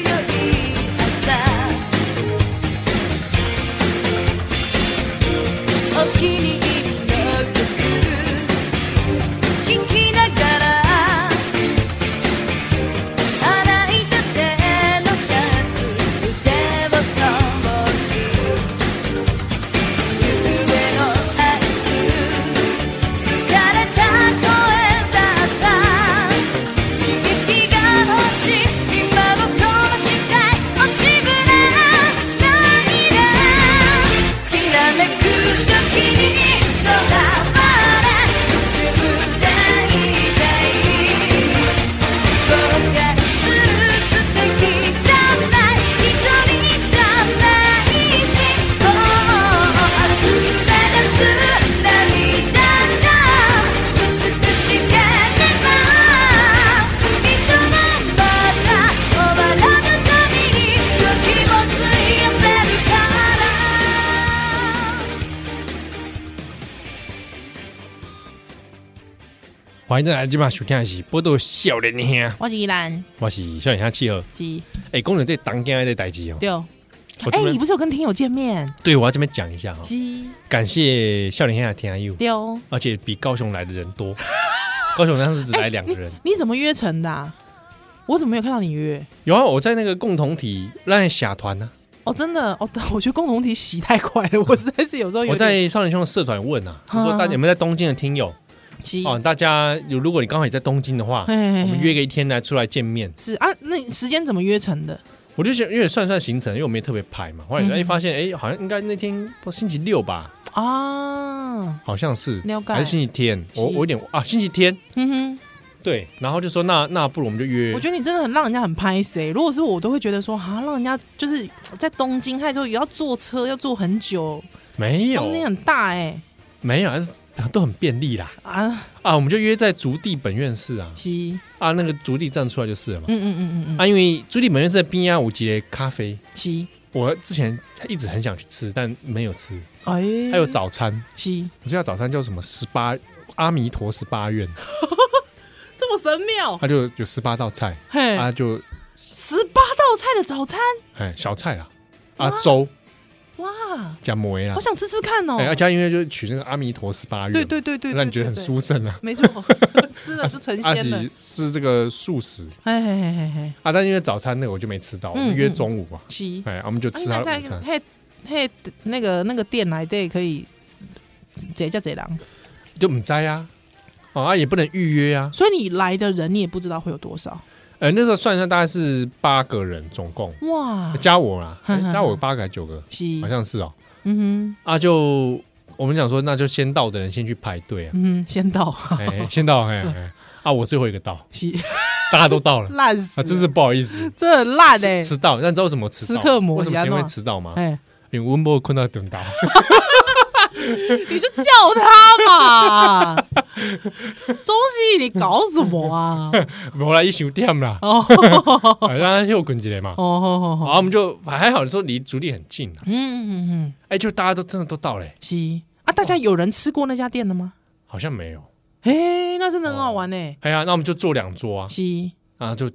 Speaker 1: い朝」「お気に入りの曲」「聴きながら」「洗いたてのシャツ」「腕をともす」上のあいつ疲れた声だけだ刺激が欲しい今を壊したい落ちぶれ涙きらめく時に囚われ瞬間痛い後悔する素敵じゃない一人じゃないしもう溢れ出す涙が美しければ人はまた終わらぬたびに時を費やせるから
Speaker 2: 欢迎再来，今晚收听的是《波多笑脸兄》，
Speaker 3: 我是依兰，
Speaker 2: 我是笑脸兄七号。
Speaker 3: 是
Speaker 2: 哎，工人这当家的代志哦，
Speaker 3: 对。
Speaker 2: 我这
Speaker 3: 哎、
Speaker 2: 边哦
Speaker 3: 你不是有跟听友见面？
Speaker 2: 对我要这边讲一下哈，
Speaker 3: 是
Speaker 2: 感谢笑脸兄的听友。
Speaker 3: 丢。
Speaker 2: 而且比高雄来的人 多。高雄当时只来两个人，
Speaker 3: 你怎么约成的、啊？我怎么没有看到你约？
Speaker 2: 有啊，我在那个共同体那侠团啊呢、
Speaker 3: 哦，真的哦，我觉得共同体洗太快了， 我实在哦是有时候有
Speaker 2: 我
Speaker 3: 点
Speaker 2: 在少年兄的社团问啊，
Speaker 3: 嗯
Speaker 2: 就说大家有没有在东京的听友
Speaker 3: 急。
Speaker 2: 哦，大家有如果你刚好也在东京的话，
Speaker 3: 嗯嘿嘿嘿
Speaker 2: 我们约个一天来出来见面。
Speaker 3: 是啊，那你时间怎么约成的？
Speaker 2: 我就想，因为算算行程，因为我没特别排嘛，后来
Speaker 3: 嗯
Speaker 2: 哎发现哎好像应该那天不星期六吧，
Speaker 3: 啊，
Speaker 2: 好像是
Speaker 3: 了解
Speaker 2: 还是星期天，我
Speaker 3: 是
Speaker 2: 我有点啊星期天
Speaker 3: 嗯哼，
Speaker 2: 对，然后就说那那不如我们就约
Speaker 3: 我，觉得你真的很让人家很拍谁、如果是我，我都会觉得说，哈、让人家就是在东京，还之后也要坐车，要坐很久，
Speaker 2: 没有
Speaker 3: 东京很大哎、
Speaker 2: 没有，还是啊都很便利啦
Speaker 3: 啊，
Speaker 2: 啊，我们就约在竹地本院寺啊
Speaker 3: 是，
Speaker 2: 啊，那个竹地站出来就是了嘛
Speaker 3: 嗯。嗯嗯嗯嗯，
Speaker 2: 啊，因为竹地本院寺的边啊呀，有一个咖啡，
Speaker 3: 是，
Speaker 2: 我之前一直很想去吃，但没有吃。
Speaker 3: 哎，
Speaker 2: 还有早餐，
Speaker 3: 是，
Speaker 2: 我记得早餐叫什么十八阿弥陀十八 愿，
Speaker 3: 这么神妙，
Speaker 2: 它就有十八道菜，
Speaker 3: 嘿，
Speaker 2: 啊就
Speaker 3: 十八道菜的早餐，
Speaker 2: 哎小菜啦，啊粥
Speaker 3: 哇，
Speaker 2: 加馍啦
Speaker 3: 好，想吃吃看哦
Speaker 2: 哎，，啊加音乐就取那个阿弥陀十八愿，
Speaker 3: 对对对对，
Speaker 2: 让你觉得很
Speaker 3: 对
Speaker 2: 殊，胜啊。
Speaker 3: 对 没错，吃了就成
Speaker 2: 阿
Speaker 3: 仙了，
Speaker 2: 喜是这个素食
Speaker 3: 哎哎哎哎，
Speaker 2: 啊，但因为早餐那个我就没吃到，我
Speaker 3: 嗯
Speaker 2: 们约中午啊，
Speaker 3: 是，
Speaker 2: 哎，啊我们就
Speaker 3: 啊
Speaker 2: 吃
Speaker 3: 应
Speaker 2: 他
Speaker 3: 该
Speaker 2: 的
Speaker 3: 在
Speaker 2: 午餐。
Speaker 3: 嘿嘿那个那个店来对可以。贼叫贼狼，
Speaker 2: 就唔摘啊，哦啊也不能预约啊，
Speaker 3: 所以你来的人你也不知道会有多少
Speaker 2: 呃那时候算一算大概是八个人总共，
Speaker 3: 哇，
Speaker 2: 加我啦，
Speaker 3: 哼嗯哼
Speaker 2: 哎加我八个还九个，
Speaker 3: 是
Speaker 2: 好，像是哦。
Speaker 3: 嗯
Speaker 2: 啊，就我们讲说，那就先到的人先去排队啊
Speaker 3: 哼，，嗯，先到，
Speaker 2: 哎，先到，哎哎，啊，我最后一个到，
Speaker 3: 是
Speaker 2: 大家都到了，
Speaker 3: 烂死
Speaker 2: 啊，
Speaker 3: 了，
Speaker 2: 真是不好意思，
Speaker 3: 这很烂哎、
Speaker 2: 迟迟到，但你知道为什么迟到？
Speaker 3: 时刻磨
Speaker 2: 为什么
Speaker 3: 牙
Speaker 2: 前面会
Speaker 3: 弄
Speaker 2: 迟到吗？
Speaker 3: 哎、
Speaker 2: 因为温博困到等 到，
Speaker 3: 你就叫他嘛， 中西你搞什么 啊？
Speaker 2: 我来一宿店啦，
Speaker 3: 哦
Speaker 2: 啊让他休困起来嘛。啊
Speaker 3: 哦哦，
Speaker 2: 好，我们就还好，说离竹地很近啊，
Speaker 3: 嗯嗯嗯，
Speaker 2: 哎，就大家都真的都到嘞，
Speaker 3: 是啊，大家有人吃过那家店的吗？
Speaker 2: 好像没有。
Speaker 3: 哎、那真的很好玩呢、
Speaker 2: 哎呀，那我们就坐两桌啊，
Speaker 3: 是
Speaker 2: 啊，就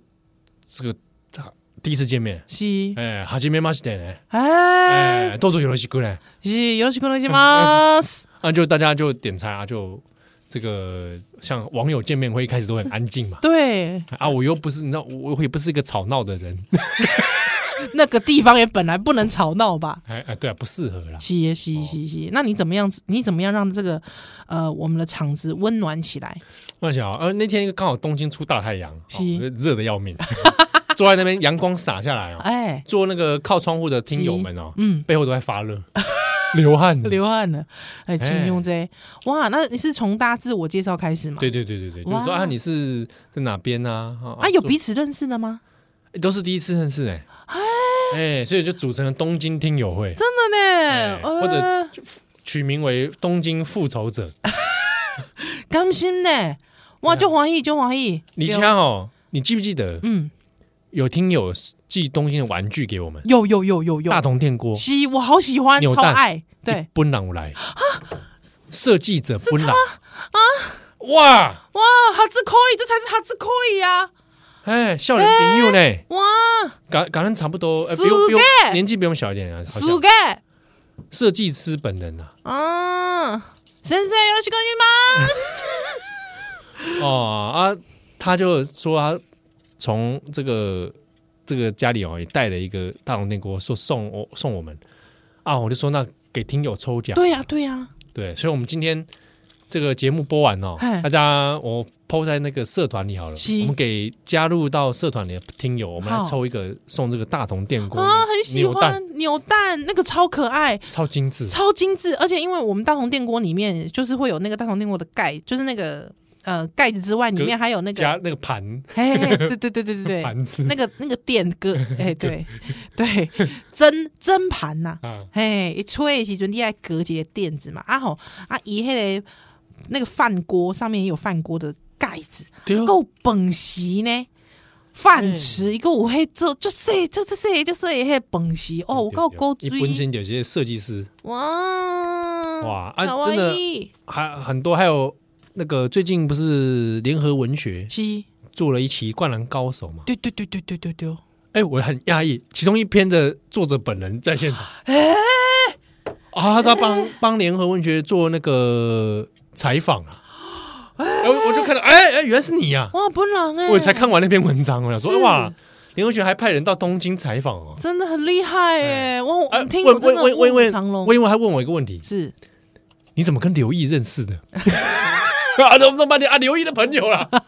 Speaker 2: 这个啊第一次见面，
Speaker 3: 是，
Speaker 2: 哎，はじめましてね，
Speaker 3: 哎、
Speaker 2: 哎，どうぞよろしくね。
Speaker 3: 是よろしくお願いし ます。
Speaker 2: 啊，就大家就点菜啊，就这个像网友见面会一开始都很安静嘛。
Speaker 3: 对，
Speaker 2: 啊，我又不是那我我也不是一个吵闹的人，
Speaker 3: 那个地方也本来不能吵闹吧？
Speaker 2: 哎哎，对啊，不适合啦。
Speaker 3: 是是是是，那你怎么样？你怎么样让这个呃我们的场子温暖起来？
Speaker 2: 我想啊，呃，那天刚好东京出大太阳，
Speaker 3: 是
Speaker 2: 哦、热的要命，坐在那边阳光洒下来哦，
Speaker 3: 哎、
Speaker 2: 坐那个靠窗户的听友们哦，
Speaker 3: 嗯，
Speaker 2: 背后都在发热，流汗，
Speaker 3: 流汗了，嗯哎，亲兄这哇，那你是从大家自我介绍开始吗？
Speaker 2: 对对对对对，就是说
Speaker 3: 哇
Speaker 2: 啊，你是在哪边啊？啊
Speaker 3: 啊，有
Speaker 2: 做
Speaker 3: 彼此认识的吗？
Speaker 2: 都是第一次认识哎、
Speaker 3: 啊
Speaker 2: 哎、所以就组成了东京听友会，
Speaker 3: 真的呢
Speaker 2: 哎，
Speaker 3: 呃
Speaker 2: 或者取名为“东京复仇者
Speaker 3: 啊甘心呢，
Speaker 2: 对
Speaker 3: 哇，
Speaker 2: 啊
Speaker 3: 就欢喜就欢喜”。。
Speaker 2: 你
Speaker 3: 对
Speaker 2: 家哦，你记不记得
Speaker 3: 嗯，
Speaker 2: 有听友寄东京的玩具给我们？
Speaker 3: 有有有有有
Speaker 2: 大，同电锅，
Speaker 3: 喜我好喜欢，
Speaker 2: 扭
Speaker 3: 超
Speaker 2: 蛋嗯
Speaker 3: 爱，对，啊
Speaker 2: 奔朗来设计者奔朗啊，哇，
Speaker 3: 哇，哈兹可以，这才是哈兹可以呀，
Speaker 2: 哎，笑脸朋友呢，
Speaker 3: 哇，
Speaker 2: 感感恩差不多，呃
Speaker 3: 四
Speaker 2: 比我比我
Speaker 3: 个
Speaker 2: 年纪比我们小一点啊，好像
Speaker 3: 数个，
Speaker 2: 设计师本人啊，
Speaker 3: 嗯，先生よろしくお 願いします。
Speaker 2: 哦啊，他就说他从这个这个家里哦也带了一个大龙电锅，说送我送我们啊，我就说那给听友抽奖，
Speaker 3: 对呀对呀，
Speaker 2: 对，所以我们今天这个节目播完哦
Speaker 3: 嘿，
Speaker 2: 大家我 PO 在那个社团里好了
Speaker 3: 是，
Speaker 2: 我们给加入到社团里的听友，我们来
Speaker 3: 好
Speaker 2: 抽一个送这个大同电锅
Speaker 3: 啊，很喜
Speaker 2: 扭蛋，
Speaker 3: 欢扭蛋，那个超可爱，
Speaker 2: 超精致，
Speaker 3: 超精致，而且因为我们大同电锅里面就是会有那个大同电锅的盖，就是那个呃盖子之外，里面还有那个，
Speaker 2: 加那个盘
Speaker 3: 嘿嘿，嘿对对对对对对，
Speaker 2: 盘子
Speaker 3: 那个那个电哥，哎、对对，蒸蒸盘呐、
Speaker 2: 啊，
Speaker 3: 嘿，一吹的时阵你爱隔一个垫子嘛，啊吼啊伊迄个那个饭锅上面也有饭锅的盖子，
Speaker 2: 对哦，
Speaker 3: 够本席呢。饭池一个有迄做，就是就是就是就是迄本席哦，我够够
Speaker 2: 一
Speaker 3: 追
Speaker 2: 本身有些设计师
Speaker 3: 哇
Speaker 2: 哇啊
Speaker 3: 可
Speaker 2: 真
Speaker 3: 爱
Speaker 2: 的还很多，还有那个最近不是联合文学
Speaker 3: 是，
Speaker 2: 做了一期《灌篮高手》嘛？
Speaker 3: 对对对对对对对，
Speaker 2: 哎，我很讶异，其中一篇的作者本人在现场。
Speaker 3: 哎
Speaker 2: 啊，他帮帮联合文学做那个采访啊，哎我我就看到，哎哎，原来是你呀、
Speaker 3: 哇，本人哎，
Speaker 2: 我才看完那篇文章，啊我想
Speaker 3: 是
Speaker 2: 说，哇，联合文学还派人到东京采访哦。
Speaker 3: 真的很厉害哎，哇，我
Speaker 2: 哎，
Speaker 3: 听
Speaker 2: 问
Speaker 3: 我真的
Speaker 2: 问问
Speaker 3: 卧虎
Speaker 2: 问
Speaker 3: 藏
Speaker 2: 问，
Speaker 3: 龙
Speaker 2: 问问还问我一个问题，
Speaker 3: 是
Speaker 2: 你怎么跟刘毅认识的？ 啊，弄弄半天啊，刘毅的朋友 啦。
Speaker 3: 哇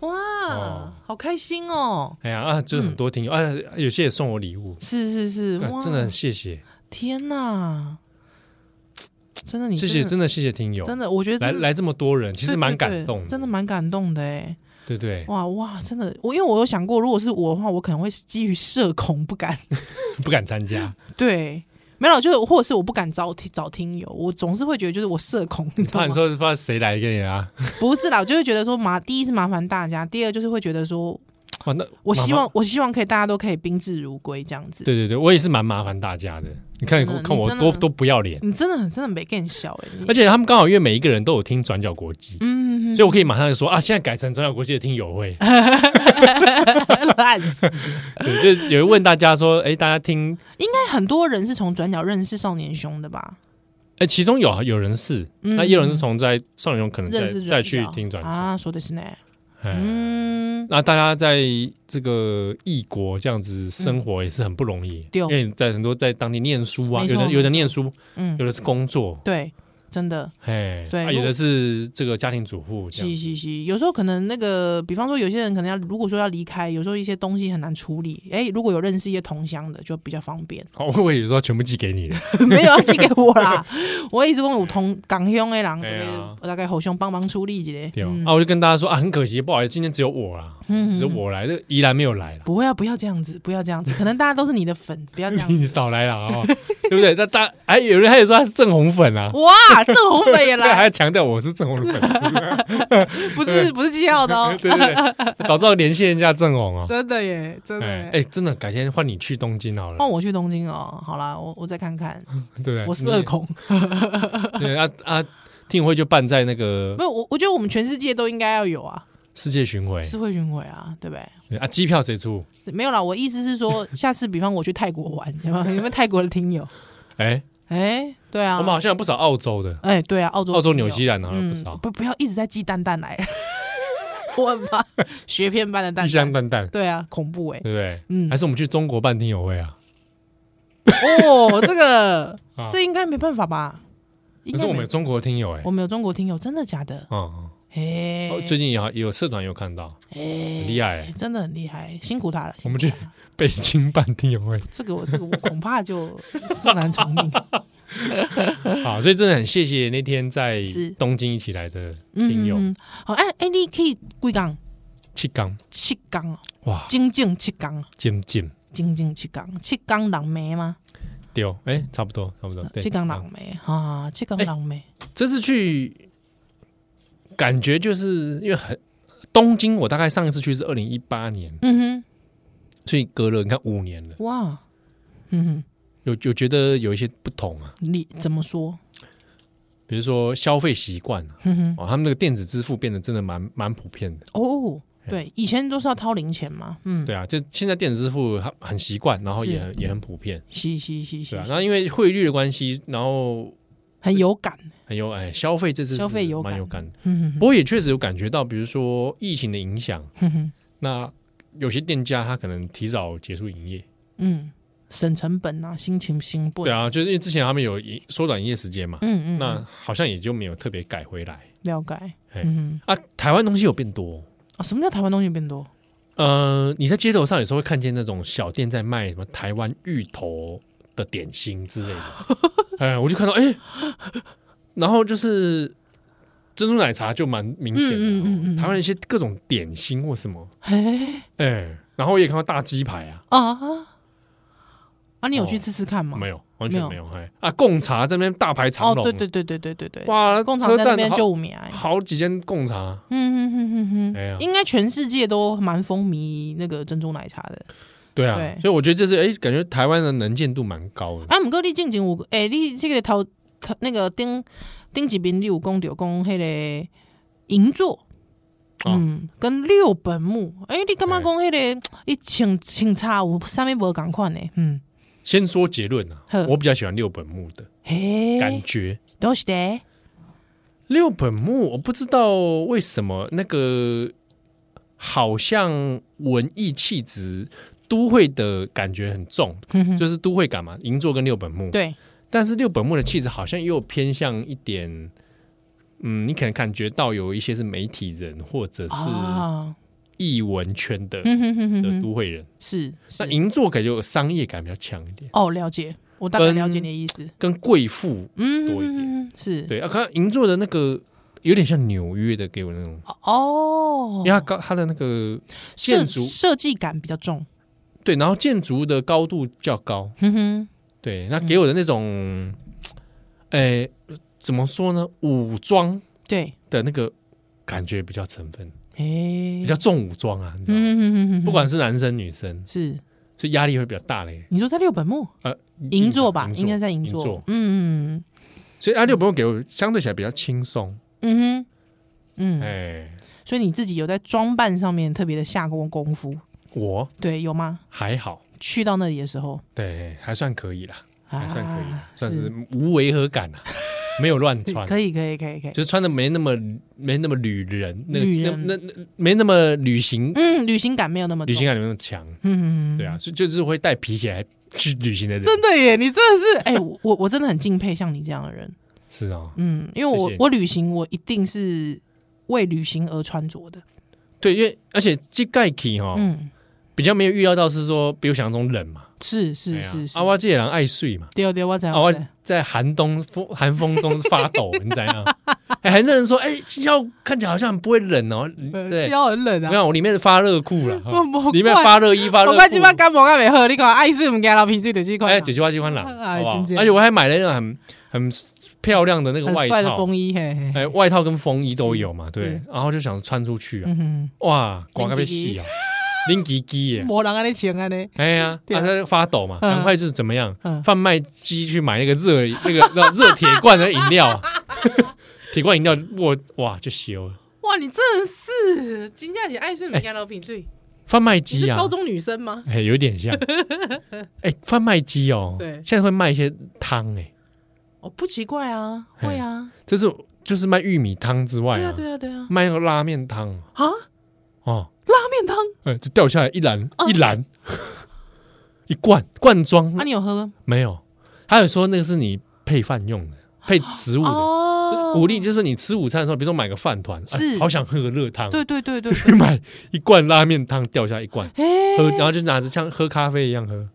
Speaker 2: 哦，
Speaker 3: 好开心哦，
Speaker 2: 哎呀啊，就是很多听友、啊，有些也送我礼物，
Speaker 3: 是是是，
Speaker 2: 啊
Speaker 3: 哇，
Speaker 2: 真的很谢谢，
Speaker 3: 天哪，真的你
Speaker 2: 谢谢，
Speaker 3: 真
Speaker 2: 真的谢谢听友，
Speaker 3: 的真的，我觉得
Speaker 2: 来
Speaker 3: 真的
Speaker 2: 来这么多人，其实
Speaker 3: 对
Speaker 2: 蛮
Speaker 3: 对对
Speaker 2: 感动的，
Speaker 3: 真的蛮感动的哎，
Speaker 2: 对对，
Speaker 3: 哇哇，真的，我因为我有想过，如果是我的话，我可能会基于社恐不敢，
Speaker 2: 不敢参加。
Speaker 3: 对。没有，就是或者是我不敢找听找听友，我总是会觉得就是我社恐，你知道
Speaker 2: 怕你
Speaker 3: 吗？
Speaker 2: 说怕谁来给你啊？
Speaker 3: 不是啦，我就会觉得说麻，第一是麻烦大家，第二就是会觉得说
Speaker 2: 哇，那
Speaker 3: 我希
Speaker 2: 麻
Speaker 3: 望我希望可以大家都可以宾至如归这样子。
Speaker 2: 对对对，我也是蛮麻烦大家的。你看
Speaker 3: 真的
Speaker 2: 我看
Speaker 3: 你
Speaker 2: 我
Speaker 3: 真的
Speaker 2: 多多不要脸，
Speaker 3: 你真的很真的没更小哎、你
Speaker 2: 而且他们刚好因为每一个人都有听转角国际，
Speaker 3: 嗯，
Speaker 2: 所以我可以马上就说啊，现在改成转角国际的听友会。
Speaker 3: 烂死。
Speaker 2: 对，就是有人问大家说，哎，大家听，
Speaker 3: 应该很多人是从转角认识少年兄的吧？
Speaker 2: 哎，其中有有人是，
Speaker 3: 嗯
Speaker 2: 那也有人是从嗯在少年中可能再
Speaker 3: 认识转角
Speaker 2: 再去听转角。
Speaker 3: 啊，说的是呢。
Speaker 2: 哎
Speaker 3: 嗯，
Speaker 2: 那大家在这个异国这样子生活也是很不容易，
Speaker 3: 嗯对哦
Speaker 2: 因为你在很多在当地念书啊，
Speaker 3: 没错
Speaker 2: 有的有的念书，
Speaker 3: 嗯
Speaker 2: 有，的是工作，
Speaker 3: 对，真的，
Speaker 2: 哎，
Speaker 3: 对
Speaker 2: 啊有的是这个家庭主妇这
Speaker 3: 是
Speaker 2: 样。
Speaker 3: 是是，有时候可能那个，比方说有些人可能要，如果说要离开，有时候一些东西很难处理。哎、如果有认识一些同乡的，就比较方 便。
Speaker 2: 好，哦我以为说全部寄给你了，
Speaker 3: 没有要寄给我啦，我一直跟我同港兄的 人，
Speaker 2: 对啊
Speaker 3: 我大概好兄帮忙处理一下。
Speaker 2: 对哦
Speaker 3: 嗯
Speaker 2: 啊，我就跟大家说啊，很可惜，不好意思，今天只有我啦，
Speaker 3: 嗯
Speaker 2: 只有我来，这个宜兰没有来啦，
Speaker 3: 不啊要不要这样子，不要这 样子，可能大家都是你的粉，不要这样子。
Speaker 2: 你 少来啦哦，对不对？那大哎，有人还有说他是正红粉啊，
Speaker 3: 哇，郑红粉也
Speaker 2: 对，还
Speaker 3: 来，
Speaker 2: 要强调我是正红的粉丝，
Speaker 3: 不是不是七号的哦
Speaker 2: 对，对对，早知道连线一下正红 哦。
Speaker 3: 真的耶，真的
Speaker 2: 哎
Speaker 3: 耶。
Speaker 2: 哎，真的，改天换你去东京好了，
Speaker 3: 换我去东京哦，好啦，我我再看看，
Speaker 2: 对不对？
Speaker 3: 我
Speaker 2: 哎你
Speaker 3: 社恐。
Speaker 2: 对啊啊，听友会就办在那个
Speaker 3: 没有，我我觉得我们全世界都应该要有啊，
Speaker 2: 世界巡回
Speaker 3: 社会巡回啊，对不对？
Speaker 2: 对啊，机票谁出？
Speaker 3: 没有啦，我意思 是说，下次比方我去泰国玩，有没有？有没有泰国的听友？
Speaker 2: 哎，
Speaker 3: 哎，对啊，
Speaker 2: 我们好像有不少澳洲的，
Speaker 3: 哎，对啊，澳洲
Speaker 2: 澳洲、
Speaker 3: 朋友
Speaker 2: 纽西兰好像
Speaker 3: 嗯，
Speaker 2: 不少，
Speaker 3: 不不要一直在寄蛋蛋来， 我很怕学片般的蛋
Speaker 2: 一箱
Speaker 3: 蛋。
Speaker 2: 蛋蛋，
Speaker 3: 对啊，恐怖哎、
Speaker 2: 对不对？
Speaker 3: 嗯
Speaker 2: 还是我们去中国办听友会啊？
Speaker 3: 哦，这个
Speaker 2: 啊
Speaker 3: 这应该没办法吧？应
Speaker 2: 可是
Speaker 3: 该
Speaker 2: 我
Speaker 3: 没
Speaker 2: 们有中国听友哎
Speaker 3: 我，们有中国听友，真的假的？
Speaker 2: 嗯，
Speaker 3: 哎、
Speaker 2: 哦最近也好有社团有看到，
Speaker 3: 哎
Speaker 2: 很厉害欸
Speaker 3: 真的很厉害，辛苦他了。
Speaker 2: 我们
Speaker 3: 辛
Speaker 2: 去
Speaker 3: 苦他了
Speaker 2: 北京办听友 会，
Speaker 3: 这个 我这个我恐怕就受难偿命。
Speaker 2: 好，啊所以真的很谢谢那天在
Speaker 3: 是
Speaker 2: 东京一起来的 听
Speaker 3: 嗯，
Speaker 2: 友
Speaker 3: 嗯嗯好，哎、哎，你可以几缸
Speaker 2: 七刚，
Speaker 3: 七缸哦，
Speaker 2: 哇，
Speaker 3: 精进七缸，
Speaker 2: 尖尖
Speaker 3: 精进七缸，七缸人梅吗？
Speaker 2: 丢，哎，差不多差不多，对
Speaker 3: 七缸
Speaker 2: 啊
Speaker 3: 人梅啊，七缸
Speaker 2: 哎
Speaker 3: 人梅。
Speaker 2: 这次去感觉就是因为很东京，我大概上一次去是二零一八年，
Speaker 3: 嗯
Speaker 2: 所以隔了你看五年了，
Speaker 3: 哼，哇，嗯
Speaker 2: 有有觉得有一些不同啊，
Speaker 3: 哼，你怎么说？
Speaker 2: 比如说消费习惯啊，
Speaker 3: 嗯哼，
Speaker 2: 哦，他们那个电子支付变得真的蛮蛮普遍的，
Speaker 3: 哦，
Speaker 2: 哎
Speaker 3: 对，以前都是要掏零钱嘛，嗯，，
Speaker 2: 对啊，就现在电子支付很很习惯，然后也
Speaker 3: 是
Speaker 2: 很也很普遍，
Speaker 3: 嘻嘻嘻嘻
Speaker 2: 对啊，，然后因为汇率的关系，然后
Speaker 3: 很有感，
Speaker 2: 很有哎消费这次是
Speaker 3: 消费有感
Speaker 2: 蛮有感的，
Speaker 3: 嗯哼
Speaker 2: 不过也确实有感觉到，比如说疫情的影响，
Speaker 3: 哼哼，
Speaker 2: 那有些店家他可能提早结束营业。
Speaker 3: 嗯，省成本啊，心情兴奋，
Speaker 2: 对啊，就是因为之前他们有营缩短营业时间嘛，
Speaker 3: 嗯嗯，
Speaker 2: 啊那好像也就没有特别改回来
Speaker 3: 了解，
Speaker 2: 嘿
Speaker 3: 嗯哼，
Speaker 2: 啊。台湾东西有变多，
Speaker 3: 啊，什么叫台湾东西变多？
Speaker 2: 呃，你在街头上有时候会看见那种小店在卖什么台湾芋头的点心之类 的，哎，我就看到哎、然后就是珍珠奶茶就蛮明显的哦、
Speaker 3: 嗯嗯嗯嗯嗯
Speaker 2: 台湾一些各种点心或什么，
Speaker 3: 嘿
Speaker 2: 哎，然后也看到大鸡排啊，
Speaker 3: 啊。啊，你有
Speaker 2: 哦
Speaker 3: 去吃吃看吗？
Speaker 2: 没
Speaker 3: 有。
Speaker 2: 有，完全
Speaker 3: 没有
Speaker 2: 没有，哎啊，贡茶在那边大排长
Speaker 3: 哦，
Speaker 2: 龙，
Speaker 3: 对对对对对对对，
Speaker 2: 哇，
Speaker 3: 工厂
Speaker 2: 车
Speaker 3: 在那
Speaker 2: 站
Speaker 3: 边
Speaker 2: 好
Speaker 3: 就五名啊。
Speaker 2: 好几间贡茶。
Speaker 3: 嗯嗯嗯嗯
Speaker 2: 哎呀
Speaker 3: 嗯，应该全世界都蛮风靡那个珍珠奶茶的。
Speaker 2: 对啊，
Speaker 3: 对
Speaker 2: 所以我觉得这是哎、感觉台湾的能见度蛮高的。
Speaker 3: 啊，毋过你进前有诶、你这个头头那个顶顶一边你有讲着讲迄个银座，
Speaker 2: 哦
Speaker 3: 嗯，跟六本木，诶、你感觉讲迄、个伊穿穿差有啥物无共款诶？嗯，
Speaker 2: 先说结论啊
Speaker 3: 呵，
Speaker 2: 我比较喜欢六本木的
Speaker 3: 嘿、
Speaker 2: 感觉。
Speaker 3: 都是的，
Speaker 2: 六本木哦我不知道为什么那个好像文艺气质、都会的感觉很重，
Speaker 3: 嗯哼
Speaker 2: 就是都会感嘛，银座跟六本木。
Speaker 3: 对，
Speaker 2: 但是六本木的气质好像又偏向一点。嗯，你可能感觉到有一些是媒体人或者是
Speaker 3: 啊，
Speaker 2: 艺文圈的、
Speaker 3: 嗯哼哼哼
Speaker 2: 的
Speaker 3: 哼，
Speaker 2: 都会人，
Speaker 3: 是是
Speaker 2: 那，银座感觉有商业感比较强一点，
Speaker 3: 哦，了解，我大概
Speaker 2: 跟
Speaker 3: 了解你的意思，
Speaker 2: 跟贵妇
Speaker 3: 嗯，
Speaker 2: 多一点
Speaker 3: 嗯，嗯嗯是，
Speaker 2: 对啊，看银座的那个有点像纽约的给我那种，
Speaker 3: 哦
Speaker 2: 因为，它高它的那个
Speaker 3: 设
Speaker 2: 建筑
Speaker 3: 设计感比较重，嗯
Speaker 2: 对，然后建筑的高度较高，
Speaker 3: 哼哼，
Speaker 2: 对，那给我的那种，诶、怎么说呢？武装
Speaker 3: 对，
Speaker 2: 的那个感觉比较成分，
Speaker 3: 哎、
Speaker 2: 比较重武装啊，你知道吗？
Speaker 3: 嗯嗯嗯，
Speaker 2: 不管是男生女生，
Speaker 3: 是
Speaker 2: 所以压力会比较大嘞。
Speaker 3: 你说在六本木
Speaker 2: 呃，
Speaker 3: 银座吧，
Speaker 2: 银
Speaker 3: 应该在银
Speaker 2: 银
Speaker 3: 座，嗯嗯
Speaker 2: 所以阿六不用给我相对起来比较轻松，
Speaker 3: 嗯哼，嗯，
Speaker 2: 哎，
Speaker 3: 所以你自己有在装扮上面特别的下过功夫，
Speaker 2: 我
Speaker 3: 对，有吗？
Speaker 2: 还好，
Speaker 3: 去到那里的时候，
Speaker 2: 对，还算可以啦，还算可以啦
Speaker 3: 啊，
Speaker 2: 算是无违和感 啊，没有乱穿，
Speaker 3: 可以可以可以可以，
Speaker 2: 就是穿的没那么没那么旅人，那
Speaker 3: 旅
Speaker 2: 个
Speaker 3: 人
Speaker 2: 那那那没那么旅行
Speaker 3: 嗯，旅行感没有那么重
Speaker 2: 旅行，感没那么强，
Speaker 3: 嗯嗯嗯，
Speaker 2: 对啊，就就是会带皮鞋来去旅行的人，
Speaker 3: 真的耶，你真的是，哎、我我我真的很敬佩像你这样的人，
Speaker 2: 是哦，
Speaker 3: 嗯，因为我
Speaker 2: 谢谢
Speaker 3: 我旅行我一定是为旅行而穿着的，
Speaker 2: 对，因为而且这盖起哈
Speaker 3: 嗯，
Speaker 2: 比
Speaker 3: 比
Speaker 2: 较没有预料到是说比我想象中冷嘛，
Speaker 3: 是是
Speaker 2: 对啊
Speaker 3: 是是
Speaker 2: 啊，，我这个人爱睡嘛。
Speaker 3: 对对，我怎
Speaker 2: 啊！
Speaker 3: 样？
Speaker 2: 我
Speaker 3: 我知道
Speaker 2: 在寒冬风寒风中发抖，你怎样？ 哎，很多人说，哎，七号看起来好像不会冷哦。
Speaker 3: 呃
Speaker 2: 对
Speaker 3: 这，样很冷
Speaker 2: 你看
Speaker 3: 啊。
Speaker 2: 我里面发热裤 了，
Speaker 3: 我没
Speaker 2: 哈里面发热衣、发热
Speaker 3: 我
Speaker 2: 裤。
Speaker 3: 看今晚感冒感没好，你看爱睡唔惊流鼻水，就是看。
Speaker 2: 啊
Speaker 3: 啊
Speaker 2: 哎，九七八七款狼，好
Speaker 3: 哎
Speaker 2: 不好
Speaker 3: 真的
Speaker 2: 而且我还买了那个很很漂亮的那个
Speaker 3: 很
Speaker 2: 外
Speaker 3: 帅的
Speaker 2: 套
Speaker 3: 风，衣，嘿嘿。嘿
Speaker 2: 哎，外套跟风衣都有嘛，
Speaker 3: 是
Speaker 2: 对。然后就想穿出去啊，
Speaker 3: 嗯嗯哼
Speaker 2: 哇，光个被洗啊，拎鸡鸡耶
Speaker 3: 哼，，无人安尼穿安尼，
Speaker 2: 哎呀，
Speaker 3: 对啊
Speaker 2: 他在发抖嘛，
Speaker 3: 嗯
Speaker 2: 赶快就是怎么样
Speaker 3: 嗯，
Speaker 2: 贩卖机去买那个热那个那热铁罐的饮料 啊，铁罐饮料我哇就哦修了，
Speaker 3: 哇，你真的是惊讶起爱睡唔惊流鼻水。
Speaker 2: 贩卖
Speaker 3: 你是
Speaker 2: 机啊
Speaker 3: 高，中女生吗？
Speaker 2: 哎，有点 像，哎，贩卖机哦，
Speaker 3: 对
Speaker 2: 现在会卖一些汤哎，
Speaker 3: 哦，不奇怪啊，
Speaker 2: 嘿
Speaker 3: 会啊，
Speaker 2: 就是就是卖玉米汤之外
Speaker 3: 对啊，
Speaker 2: 啊，
Speaker 3: 对啊，对啊，
Speaker 2: 卖那个拉面汤
Speaker 3: 啊，
Speaker 2: 哦，
Speaker 3: 拉面汤
Speaker 2: 哎，就掉下来一篮一篮 一罐罐装
Speaker 3: 哦啊，你有喝
Speaker 2: 没有，还有说那个是你配饭用的，配食物的。
Speaker 3: 哦？
Speaker 2: 鼓励，就是你吃午餐的时候，比如说买个饭团，哎
Speaker 3: 是
Speaker 2: 好想喝个热汤，
Speaker 3: 对对 对对，
Speaker 2: 去买一罐拉面汤，掉下一罐，
Speaker 3: 哎，
Speaker 2: 喝，然后就拿着像喝咖啡一样喝